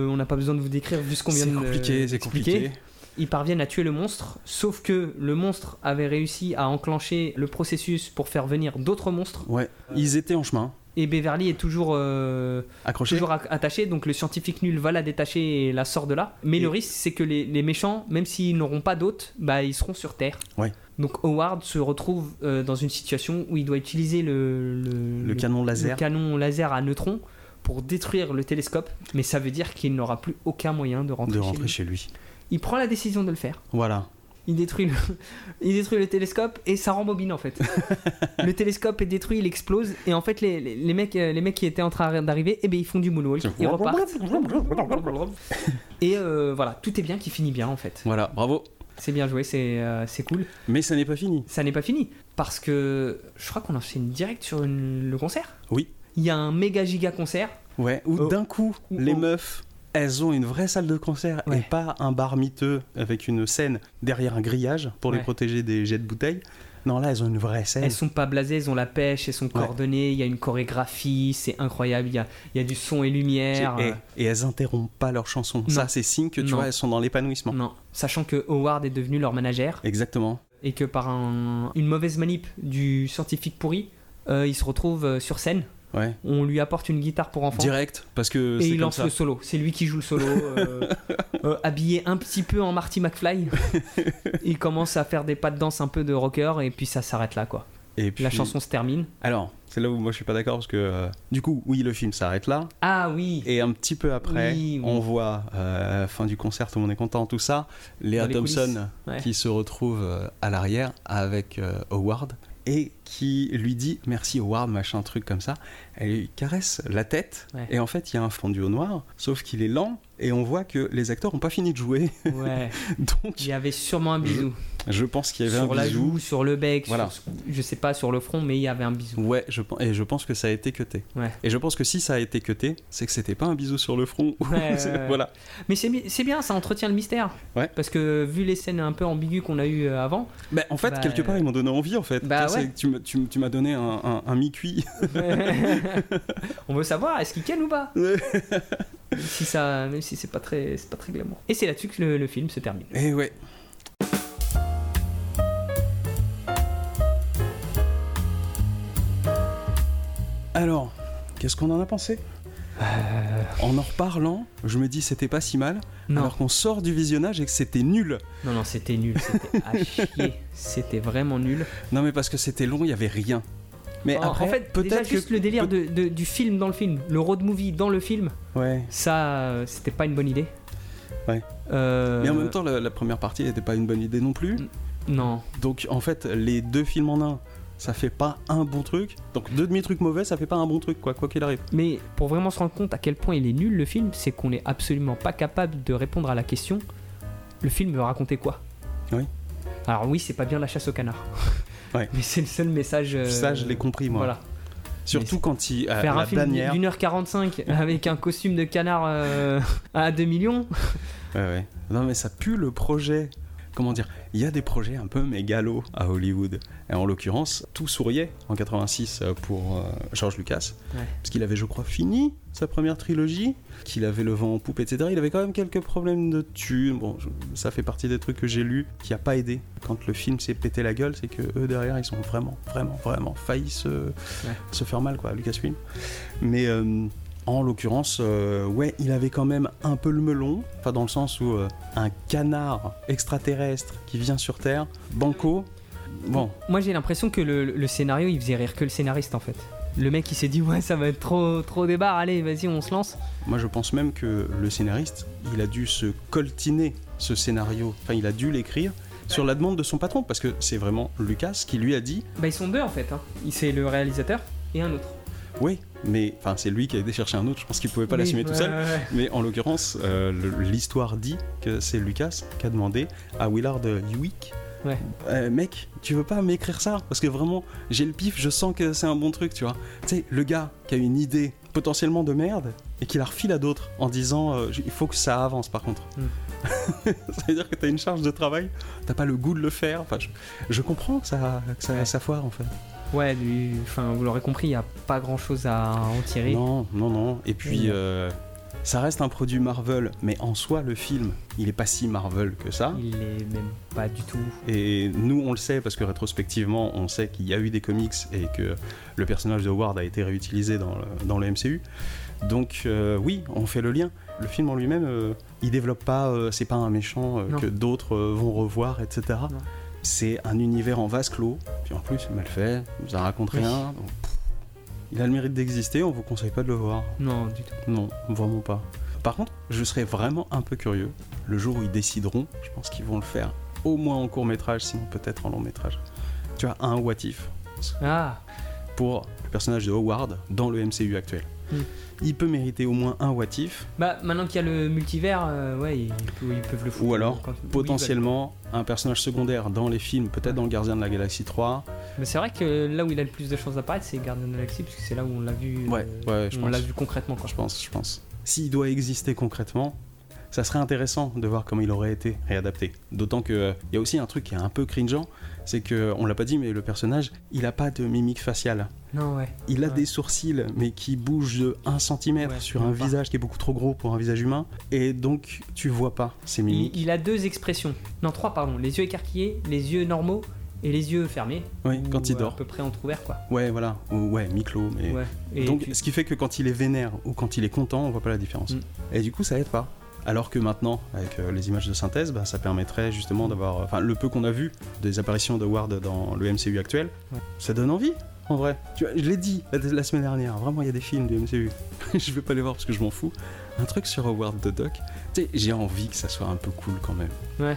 Speaker 1: euh, on n'a pas besoin de vous décrire vu ce qu'on vient
Speaker 2: C'est
Speaker 1: de
Speaker 2: compliqué, c'est
Speaker 1: d'expliquer.
Speaker 2: compliqué.
Speaker 1: Ils parviennent à tuer le monstre, sauf que le monstre avait réussi à enclencher le processus pour faire venir d'autres monstres.
Speaker 2: Ouais, ils étaient en chemin,
Speaker 1: Et Beverly est toujours, euh,
Speaker 2: accrochés.
Speaker 1: toujours ac- attachée, donc le scientifique nul va la détacher et la sort de là. Mais
Speaker 2: Et-
Speaker 1: le risque, c'est que les, les méchants, même s'ils n'auront pas d'hôtes, bah, ils seront sur Terre.
Speaker 2: Ouais.
Speaker 1: Donc Howard se retrouve euh, dans une situation où il doit utiliser le, le-
Speaker 2: Le
Speaker 1: le-
Speaker 2: canon laser.
Speaker 1: le canon laser à neutrons pour détruire le télescope, mais ça veut dire qu'il n'aura plus aucun moyen de rentrer,
Speaker 2: de
Speaker 1: chez
Speaker 2: rentrer
Speaker 1: lui.
Speaker 2: chez lui.
Speaker 1: Il prend la décision de le faire.
Speaker 2: Voilà.
Speaker 1: Il détruit, le, [laughs] il détruit le télescope et ça rembobine en
Speaker 2: [laughs]
Speaker 1: fait. le télescope est détruit, il explose et en fait les, les- les mecs, euh, les mecs qui étaient en train d'arriver, eh ben, ils font du moonwalk, ils repartent.
Speaker 2: [laughs]
Speaker 1: Et euh, voilà, tout est bien qui finit bien en fait.
Speaker 2: Voilà, bravo.
Speaker 1: C'est bien joué, c'est euh, c'est cool.
Speaker 2: Mais ça n'est pas fini.
Speaker 1: Ça n'est pas fini parce que je crois qu'on enchaîne direct sur une- le concert.
Speaker 2: Oui.
Speaker 1: Il y a un méga giga concert.
Speaker 2: Ouais, où
Speaker 1: Oh.
Speaker 2: d'un coup,
Speaker 1: Ou-
Speaker 2: les
Speaker 1: oh.
Speaker 2: meufs, elles ont une vraie salle de concert et
Speaker 1: Ouais.
Speaker 2: pas un bar miteux avec une scène derrière un grillage pour les
Speaker 1: Ouais.
Speaker 2: protéger des jets de bouteilles. Non, là, elles ont une vraie scène.
Speaker 1: Elles sont pas blasées, elles ont la pêche, elles sont coordonnées, il y a une chorégraphie, c'est incroyable, il y a, il y a du son et lumière.
Speaker 2: et, et elles interrompent pas leur chanson.
Speaker 1: Non.
Speaker 2: Ça, c'est signe que tu
Speaker 1: Non.
Speaker 2: vois, elles sont dans l'épanouissement.
Speaker 1: Non, sachant que Howard est devenu leur manager
Speaker 2: Exactement.
Speaker 1: et que par un- une mauvaise manip du scientifique pourri, euh, il se retrouve euh, sur scène.
Speaker 2: Ouais.
Speaker 1: On lui apporte une guitare pour enfants
Speaker 2: Direct, parce que
Speaker 1: et
Speaker 2: c'est
Speaker 1: il
Speaker 2: comme
Speaker 1: lance
Speaker 2: ça.
Speaker 1: le solo. C'est lui qui joue le solo,
Speaker 2: [laughs]
Speaker 1: euh, euh, habillé un petit peu en Marty McFly. il commence à faire des pas de danse un peu de rocker et puis ça s'arrête là quoi.
Speaker 2: Et puis,
Speaker 1: La chanson se termine.
Speaker 2: Alors, c'est là où moi je suis pas d'accord parce que euh, du coup, oui, le film s'arrête là.
Speaker 1: Ah
Speaker 2: [laughs]
Speaker 1: oui,
Speaker 2: Et un petit peu après,
Speaker 1: Oui, oui.
Speaker 2: on voit euh, fin du concert, tout le monde est content, tout ça. Léa
Speaker 1: Dans les
Speaker 2: Thompson
Speaker 1: Ouais.
Speaker 2: qui se retrouve euh, à l'arrière avec euh, Howard et qui lui dit merci Howard, machin truc comme ça. Elle lui caresse la tête
Speaker 1: Ouais.
Speaker 2: et en fait il y a un fondu au noir, sauf qu'il est lent et on voit que les acteurs n'ont pas fini de jouer. [laughs]
Speaker 1: ouais. Il
Speaker 2: Donc
Speaker 1: y avait sûrement un bisou.
Speaker 2: je pense qu'il y avait
Speaker 1: sur
Speaker 2: un
Speaker 1: la
Speaker 2: bijou.
Speaker 1: joue, sur le bec,
Speaker 2: Voilà.
Speaker 1: sur- je sais pas, sur le front, mais il y avait un
Speaker 2: [laughs]
Speaker 1: bisou.
Speaker 2: Ouais, je, pen- et je pense que ça a été cuté.
Speaker 1: Ouais.
Speaker 2: Et je pense que si ça a été cuté, c'est que c'était pas un bisou sur le front. [laughs]
Speaker 1: Ouais, ouais, ouais.
Speaker 2: voilà.
Speaker 1: Mais c'est bi- c'est bien, ça entretient le mystère.
Speaker 2: Ouais.
Speaker 1: Parce que vu les scènes un peu ambiguës qu'on a eues euh,
Speaker 2: [laughs]
Speaker 1: avant, [laughs]
Speaker 2: Bah, en fait,
Speaker 1: Bah,
Speaker 2: quelque part,
Speaker 1: euh,
Speaker 2: ils m'ont donné envie, en fait.
Speaker 1: bah
Speaker 2: Tu sais,
Speaker 1: ouais.
Speaker 2: c'est que tu m'as- tu m- tu m'as donné un, un- un mi-cuit. [laughs]
Speaker 1: on veut savoir est-ce qu'il ken ou pas.
Speaker 2: Ouais.
Speaker 1: Même [laughs] si ça, même si c'est pas très, c'est pas très glamour. Et c'est là-dessus que le, le film se termine.
Speaker 2: Et Eh ouais. Alors, qu'est-ce qu'on en a pensé En en reparlant, je me dis c'était pas si mal,
Speaker 1: Euh. Non,
Speaker 2: alors qu'on sort du visionnage et que c'était nul.
Speaker 1: non, non, c'était nul, c'était
Speaker 2: [laughs]
Speaker 1: à chier, c'était vraiment nul.
Speaker 2: Non mais parce que c'était long, il y avait rien. Mais
Speaker 1: En-
Speaker 2: après,
Speaker 1: en fait, déjà
Speaker 2: peut-être que...
Speaker 1: juste le délire de- de- du film dans le film, le road movie dans le film,
Speaker 2: Ouais.
Speaker 1: ça, euh, c'était pas une bonne idée.
Speaker 2: Ouais.
Speaker 1: Euh,
Speaker 2: Mais en même temps, la, la première partie n'était pas une bonne idée non plus.
Speaker 1: non.
Speaker 2: Donc en fait, les deux films en un, ça fait pas un bon truc. Donc deux demi-trucs mauvais, ça fait pas un bon truc, quoi, quoi qu'il arrive.
Speaker 1: Mais pour vraiment se rendre compte à quel point il est nul le film, c'est qu'on n'est absolument pas capable de répondre à la question le film veut raconter quoi
Speaker 2: Oui.
Speaker 1: Alors oui, c'est pas bien la chasse au canard.
Speaker 2: [laughs] Ouais.
Speaker 1: Mais c'est le seul message. euh,
Speaker 2: ça, je l'ai compris, moi.
Speaker 1: Voilà.
Speaker 2: Surtout quand il. à
Speaker 1: Faire
Speaker 2: la
Speaker 1: un film
Speaker 2: dernière.
Speaker 1: d'une heure
Speaker 2: [laughs]
Speaker 1: 45 avec un costume de canard euh, à 2 millions.
Speaker 2: Ouais, ouais. Non, mais ça pue le projet. Comment dire Il y a des projets un peu mégalos à Hollywood. Et en l'occurrence, tout souriait en 86 euh, pour euh, George Lucas.
Speaker 1: Ouais.
Speaker 2: Parce qu'il avait, je crois, fini sa première trilogie, qu'il avait le vent en poupe, etc. Il avait quand même quelques problèmes de thunes. Bon, je- ça fait partie des trucs que j'ai lus qui a pas aidé. Quand le film s'est pété la gueule, c'est que eux derrière, ils sont vraiment, vraiment, vraiment failli se, se faire mal, quoi, à Lucasfilm. Mais euh, en l'occurrence, euh, ouais, il avait quand même un peu le melon. Enfin, dans le sens où euh, un canard extraterrestre qui vient sur Terre, Banco. Bon,
Speaker 1: Moi j'ai l'impression que le, le scénario il faisait rire que le scénariste en fait. Le mec il s'est dit ouais ça va être trop trop débat, allez vas-y on se lance.
Speaker 2: Moi, je pense même que le scénariste, il a dû se coltiner ce scénario. Enfin, il a dû l'écrire sur la demande de son patron, parce que c'est vraiment Lucas qui lui a dit
Speaker 1: Bah ils sont deux en fait. Hein. C'est le réalisateur et un autre.
Speaker 2: Oui, mais enfin, c'est lui qui a été chercher un autre. Je pense qu'il pouvait pas
Speaker 1: Oui,
Speaker 2: l'assumer tout
Speaker 1: ouais,
Speaker 2: seul.
Speaker 1: ouais, ouais.
Speaker 2: Mais en l'occurrence, euh, le- l'histoire dit que c'est Lucas qui a demandé à Willard Hewick.
Speaker 1: Ouais.
Speaker 2: Euh, mec, tu veux pas m'écrire ça Parce que vraiment, j'ai le pif, je sens que c'est un bon truc, tu vois. Tu sais, le gars qui a une idée potentiellement de merde et qui la refile à d'autres en disant euh, il faut que ça avance par contre.
Speaker 1: Hmm.
Speaker 2: [laughs] ça veut dire que t'as une charge de travail, t'as pas le goût de le faire. Enfin, je, je comprends que ça, que ça,
Speaker 1: Ouais.
Speaker 2: ça foire en fait.
Speaker 1: Ouais, lui- enfin, vous l'aurez compris, il n'y a pas grand chose à en tirer.
Speaker 2: Non, non, non. Et puis,
Speaker 1: Oui.
Speaker 2: euh, ça reste un produit Marvel, mais en soi, le film, il est pas si Marvel que ça.
Speaker 1: Il est même pas du tout.
Speaker 2: Et nous, on le sait parce que rétrospectivement, on sait qu'il y a eu des comics et que le personnage de Ward a été réutilisé dans le, dans le MCU. Donc, euh, oui, on fait le lien. Le film en lui-même, euh, il développe pas, euh, c'est pas un méchant euh,
Speaker 1: Non.
Speaker 2: que d'autres euh, vont revoir, etc.
Speaker 1: Non.
Speaker 2: C'est un univers en vase clos. Puis en plus, mal fait, ça raconte
Speaker 1: Oui.
Speaker 2: rien. Donc, pff, il a le mérite d'exister, on vous conseille pas de le voir.
Speaker 1: Non, du tout.
Speaker 2: Non, vraiment pas. Par contre, je serais vraiment un peu curieux. Le jour où ils décideront, je pense qu'ils vont le faire. Au moins en court métrage, sinon peut-être en long métrage. Tu as un what if
Speaker 1: Ah,
Speaker 2: pour le personnage de Howard dans le MCU actuel.
Speaker 1: Hmm.
Speaker 2: Il peut mériter au moins un what if,
Speaker 1: bah maintenant qu'il y a le multivers, euh, ouais, ils, peuvent- ils peuvent le foutre.
Speaker 2: ou alors
Speaker 1: Quand- où ils
Speaker 2: potentiellement un personnage secondaire dans les films, peut-être dans le Gardien de la Galaxie 3.
Speaker 1: veulent. Mais c'est vrai que là où il a le plus de chances d'apparaître, c'est Guardian Galaxy, parce que c'est là où on l'a vu.
Speaker 2: Ouais,
Speaker 1: euh,
Speaker 2: ouais, je
Speaker 1: on
Speaker 2: pense.
Speaker 1: l'a vu concrètement. Quoi.
Speaker 2: Je pense, je pense. S'il doit exister concrètement, ça serait intéressant de voir comment il aurait été réadapté. D'autant que euh, il y a aussi un truc qui est un peu cringeant, c'est que on l'a pas dit, mais le personnage, il a pas de mimique faciale.
Speaker 1: Non, ouais.
Speaker 2: Il a
Speaker 1: Ouais.
Speaker 2: des sourcils, mais qui bougent de 1 cm
Speaker 1: Ouais,
Speaker 2: sur
Speaker 1: je
Speaker 2: un
Speaker 1: vois pas.
Speaker 2: visage qui est beaucoup trop gros pour un visage humain, et donc tu vois pas ses mimiques.
Speaker 1: Il, il a deux expressions. Non, trois, pardon. Les yeux écarquillés, les yeux normaux et les yeux fermés.
Speaker 2: Oui,
Speaker 1: Ou,
Speaker 2: quand il
Speaker 1: euh, À
Speaker 2: dort.
Speaker 1: peu près entrouverts, quoi.
Speaker 2: Ouais, voilà. Ou- Ouais, mi-clos, mais.
Speaker 1: Ouais. Et
Speaker 2: Donc,
Speaker 1: tu-
Speaker 2: ce qui fait que quand il est vénère ou quand il est content, on voit pas la différence.
Speaker 1: Mm.
Speaker 2: Et du coup, ça aide pas. Alors que maintenant, avec euh, les images de synthèse, bah, ça permettrait
Speaker 1: Mm.
Speaker 2: justement d'avoir. euh, Enfin, le peu qu'on a vu des apparitions de Ward dans le MCU actuel,
Speaker 1: Ouais.
Speaker 2: ça donne envie, en vrai. Tu vois, je l'ai dit la, la semaine dernière, vraiment, il y a des films du MCU. [laughs] je vais pas les voir parce que je m'en fous. Un truc sur Howard the Duck, tu sais, j'ai envie que ça soit un peu cool quand même.
Speaker 1: Ouais.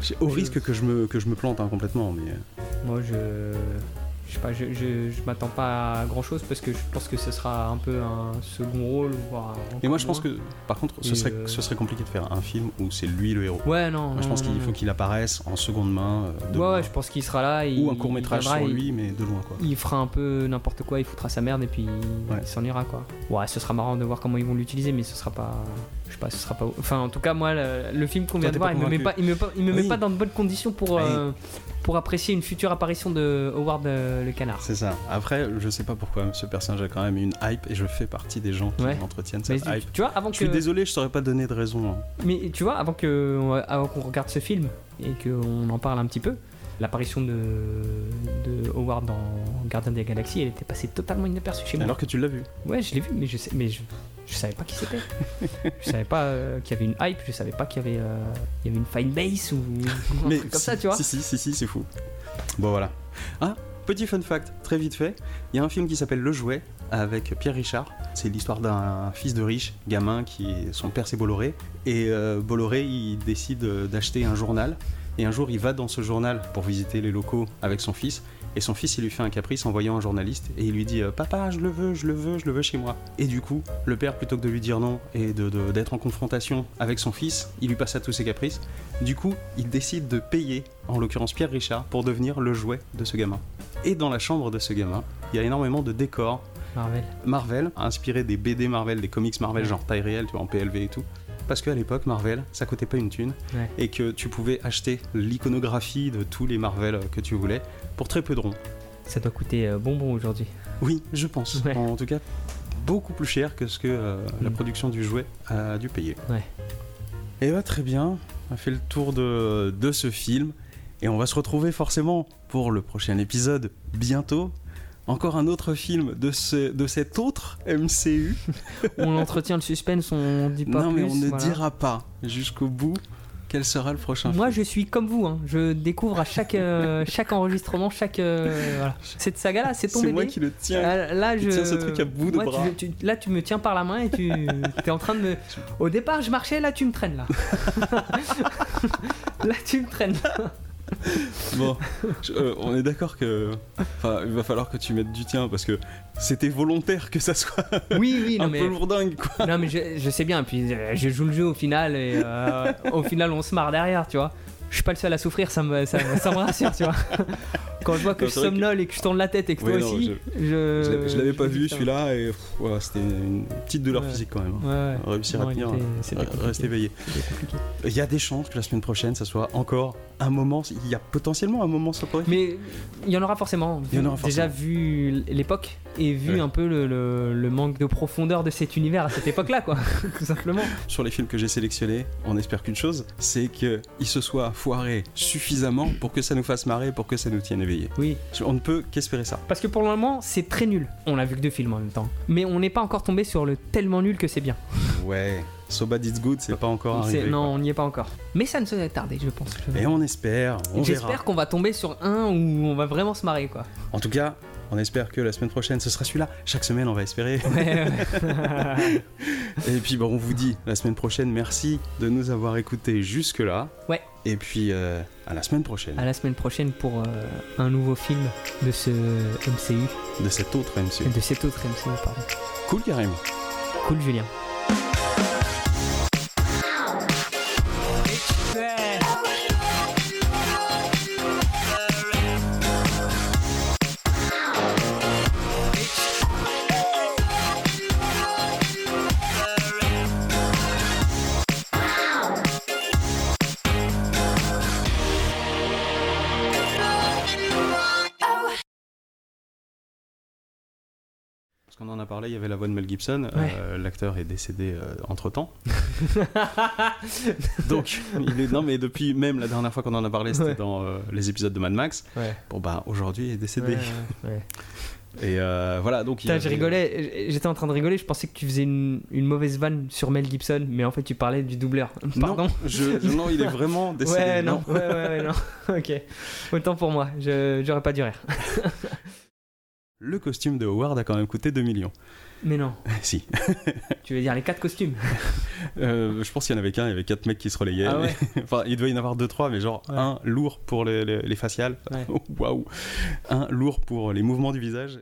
Speaker 2: J'ai- Au
Speaker 1: Je-
Speaker 2: risque que je me, que je me plante hein, complètement, mais. euh,
Speaker 1: Moi, je. Je sais pas, je, je, je m'attends pas à grand chose parce que je pense que ce sera un peu un second rôle, voire.
Speaker 2: Mais moi, je pense que, par contre, ce
Speaker 1: Et,
Speaker 2: serait,
Speaker 1: euh,
Speaker 2: ce serait compliqué de faire un film où c'est lui le héros.
Speaker 1: Ouais, non.
Speaker 2: Moi, je
Speaker 1: non,
Speaker 2: pense
Speaker 1: non,
Speaker 2: qu'il
Speaker 1: non.
Speaker 2: faut qu'il apparaisse en seconde main, euh, de
Speaker 1: Euh. Ouais,
Speaker 2: loin.
Speaker 1: ouais, je pense qu'il sera là. il-
Speaker 2: ou un court
Speaker 1: il
Speaker 2: métrage
Speaker 1: viendra,
Speaker 2: sur
Speaker 1: il-
Speaker 2: lui, mais de loin quoi.
Speaker 1: Il fera un peu n'importe quoi, il foutra sa merde et puis il-
Speaker 2: Ouais.
Speaker 1: il s'en ira quoi. Ouais, ce sera marrant de voir comment ils vont l'utiliser, mais ce sera pas. Je sais pas, ce sera pas. Enfin, en tout cas, moi, le, le film qu'on
Speaker 2: Toi,
Speaker 1: vient
Speaker 2: t'es
Speaker 1: de voir,
Speaker 2: pas
Speaker 1: il me, met
Speaker 2: convaincu. Ah
Speaker 1: pas, il me, pas- il me
Speaker 2: Oui. Ah
Speaker 1: met pas dans de bonnes conditions pour,
Speaker 2: Ouais.
Speaker 1: euh, pour apprécier une future apparition de Howard euh, le canard.
Speaker 2: C'est ça. Après, je sais pas pourquoi, mais ce personnage a quand même une hype et je fais partie des gens qui
Speaker 1: Ouais.
Speaker 2: entretiennent
Speaker 1: Mais
Speaker 2: cette
Speaker 1: tu,
Speaker 2: hype.
Speaker 1: tu vois, avant
Speaker 2: Je suis
Speaker 1: que.
Speaker 2: désolé, je saurais pas donner de raison. hein.
Speaker 1: Mais tu vois, avant que avant qu'on regarde ce film et qu'on en parle un petit peu, l'apparition de, de Howard dans Gardien des Galaxies, elle était passée totalement inaperçue chez moi.
Speaker 2: Alors que tu l'as vu.
Speaker 1: Ouais, je l'ai vu, mais je sais, mais je, je savais pas qui
Speaker 2: [laughs]
Speaker 1: c'était. je savais pas euh, qu'il y avait une hype, je savais pas qu'il y avait euh, il y avait une fine base ou [laughs] un
Speaker 2: mais
Speaker 1: truc comme
Speaker 2: si-
Speaker 1: ça, tu vois.
Speaker 2: Si si si si, c'est fou. Bon voilà. Ah, petit fun fact, très vite fait. Il y a un film qui s'appelle Le Jouet avec Pierre Richard. C'est l'histoire d'un fils de riche, gamin qui son père c'est Bolloré et euh, Bolloré il décide euh, d'acheter un journal et un jour il va dans ce journal pour visiter les locaux avec son fils. Et son fils, il lui fait un caprice en voyant un journaliste et il lui dit euh, Papa, je le veux, je le veux, je le veux chez moi. Et du coup, le père, plutôt que de lui dire non et de- de- d'être en confrontation avec son fils, il lui passe à tous ses caprices. Du coup, il décide de payer, en l'occurrence Pierre Richard, pour devenir le jouet de ce gamin. Et dans la chambre de ce gamin, il y a énormément de décors
Speaker 1: Marvel.
Speaker 2: Marvel, inspiré des BD Marvel, des comics Marvel,
Speaker 1: Ouais.
Speaker 2: genre taille réelle, tu vois, en PLV et tout. Parce qu'à l'époque, Marvel, ça coûtait pas une thune.
Speaker 1: Ouais.
Speaker 2: Et que tu pouvais acheter l'iconographie de tous les Marvel euh, que tu voulais pour très peu de ronds.
Speaker 1: Ça doit coûter euh, bonbon aujourd'hui.
Speaker 2: Oui, je pense.
Speaker 1: Ouais.
Speaker 2: En tout cas, beaucoup plus cher que ce que euh, la
Speaker 1: Mm.
Speaker 2: production du jouet a dû payer.
Speaker 1: Ouais.
Speaker 2: Et bah très bien, on a fait le tour de, de ce film. Et on va se retrouver forcément pour le prochain épisode bientôt. Encore un autre film de, ce, de cet autre MCU. [laughs]
Speaker 1: On entretient le suspense, on dit pas
Speaker 2: non mais
Speaker 1: plus,
Speaker 2: on ne
Speaker 1: voilà.
Speaker 2: dira pas jusqu'au bout quel sera le prochain
Speaker 1: Moi, je suis comme vous, hein. je découvre à chaque, euh, chaque enregistrement, chaque. euh,
Speaker 2: [laughs]
Speaker 1: voilà. Cette saga-là, c'est ton
Speaker 2: film. C'est
Speaker 1: bébé.
Speaker 2: moi qui le tiens.
Speaker 1: Ah, là,
Speaker 2: qui
Speaker 1: je.
Speaker 2: tient ce truc à bout de
Speaker 1: Moi, tu-
Speaker 2: bras.
Speaker 1: tu- là, tu me tiens par la main et
Speaker 2: [laughs]
Speaker 1: tu es en train de me. Au départ, je marchais, là, tu me traînes, là. là, tu me traînes.
Speaker 2: Bon, je- euh, on est d'accord que. Enfin, il va falloir que tu mettes du tien parce que c'était volontaire que ça soit
Speaker 1: Oui, oui, non,
Speaker 2: un
Speaker 1: mais,
Speaker 2: peu lourdingue quoi.
Speaker 1: non, mais je, je sais bien. Puis euh, je joue le jeu au final et euh, au final, on se marre derrière, tu vois. Je suis pas le seul à souffrir, ça me, ça, me- ça me rassure, tu vois. quand je vois que
Speaker 2: Non,
Speaker 1: je
Speaker 2: c'est vrai que-
Speaker 1: somnole et que je tourne la tête et que
Speaker 2: Ouais,
Speaker 1: toi
Speaker 2: non,
Speaker 1: aussi, je.
Speaker 2: Je l'avais- je l'avais pas
Speaker 1: me dis,
Speaker 2: vu
Speaker 1: putain.
Speaker 2: celui-là et pff, voilà, c'était une petite douleur
Speaker 1: Ouais.
Speaker 2: physique quand même. hein.
Speaker 1: Ouais, ouais.
Speaker 2: Réussir
Speaker 1: Non,
Speaker 2: à
Speaker 1: il
Speaker 2: tenir,
Speaker 1: était- c'était
Speaker 2: euh,
Speaker 1: compliqué,
Speaker 2: rester éveillé.
Speaker 1: c'était compliqué.
Speaker 2: Il y a des chances que la semaine prochaine, ça soit encore un moment. Il y a potentiellement un moment soporifique.
Speaker 1: Mais il y en aura forcément.
Speaker 2: Il y en aura
Speaker 1: Déjà
Speaker 2: forcément.
Speaker 1: vu l'époque et vu
Speaker 2: Ouais.
Speaker 1: un peu le, le- le manque de profondeur de cet univers à cette époque-là, quoi. [laughs] Tout simplement.
Speaker 2: Sur les films que j'ai sélectionnés, on espère qu'une chose, c'est qu'ils se soient foirés suffisamment pour que ça nous fasse marrer, pour que ça nous tienne éveillés.
Speaker 1: Oui.
Speaker 2: On ne peut qu'espérer ça.
Speaker 1: Parce que pour le moment, c'est très nul. On a vu que deux films en même temps. Mais on n'est pas encore tombé sur le tellement nul que c'est bien.
Speaker 2: Ouais. So bad it's good, c'est pas encore
Speaker 1: C'est-
Speaker 2: arrivé.
Speaker 1: non,
Speaker 2: quoi.
Speaker 1: on n'y est pas encore. Mais ça ne se tarder, je pense. Je-
Speaker 2: Et on espère, on verra.
Speaker 1: J'espère qu'on va tomber sur un où on va vraiment se marrer, quoi.
Speaker 2: En tout cas, on espère que la semaine prochaine, ce sera celui-là. Chaque semaine, on va espérer.
Speaker 1: Ouais, ouais.
Speaker 2: Et puis, bon, on vous dit la semaine prochaine, merci de nous avoir écoutés jusque-là.
Speaker 1: Ouais.
Speaker 2: Et puis, euh, à la semaine prochaine
Speaker 1: [laughs] à la semaine prochaine pour euh, un nouveau film de ce MCU,
Speaker 2: de cet autre MC.
Speaker 1: de cet autre MCU, pardon.
Speaker 2: Cool, carrément.
Speaker 1: Cool, Julien.
Speaker 2: Parce qu'on en a parlé, il y avait la voix de Mel Gibson.
Speaker 1: Ouais.
Speaker 2: Euh, L'acteur est décédé euh, entre temps. [laughs]
Speaker 1: [laughs]
Speaker 2: Donc, il est... non, mais depuis même la dernière fois qu'on en a parlé, c'était
Speaker 1: Ouais.
Speaker 2: dans euh, les épisodes de Mad Max.
Speaker 1: Ouais.
Speaker 2: Bon, bah, aujourd'hui, il est décédé. [laughs]
Speaker 1: Ouais, ouais.
Speaker 2: Et euh, voilà, donc. il
Speaker 1: Putain,
Speaker 2: y
Speaker 1: je
Speaker 2: avait-
Speaker 1: rigolais, j'étais en train de rigoler, je pensais que tu faisais une, une mauvaise vanne sur Mel Gibson, mais en fait tu parlais du doubleur. [laughs] Pardon
Speaker 2: Non, je- je- non, il est vraiment décédé.
Speaker 1: Ouais,
Speaker 2: non.
Speaker 1: non, ouais, ouais, ouais, non. [laughs] ok. Autant pour moi, je- j'aurais pas dû rire.
Speaker 2: Le costume de Howard a quand même coûté 2 millions.
Speaker 1: Mais non,
Speaker 2: [laughs] si.
Speaker 1: tu veux dire les quatre costumes
Speaker 2: Euh, je pense qu'il y en avait qu'un, il y avait quatre mecs qui se relayaient.
Speaker 1: Ah
Speaker 2: [laughs]
Speaker 1: ouais
Speaker 2: enfin, il devait y en avoir deux, trois, mais genre
Speaker 1: Ouais.
Speaker 2: un lourd pour les, les- les faciales. [laughs]
Speaker 1: Ouais.
Speaker 2: Waouh Un lourd pour les mouvements du visage.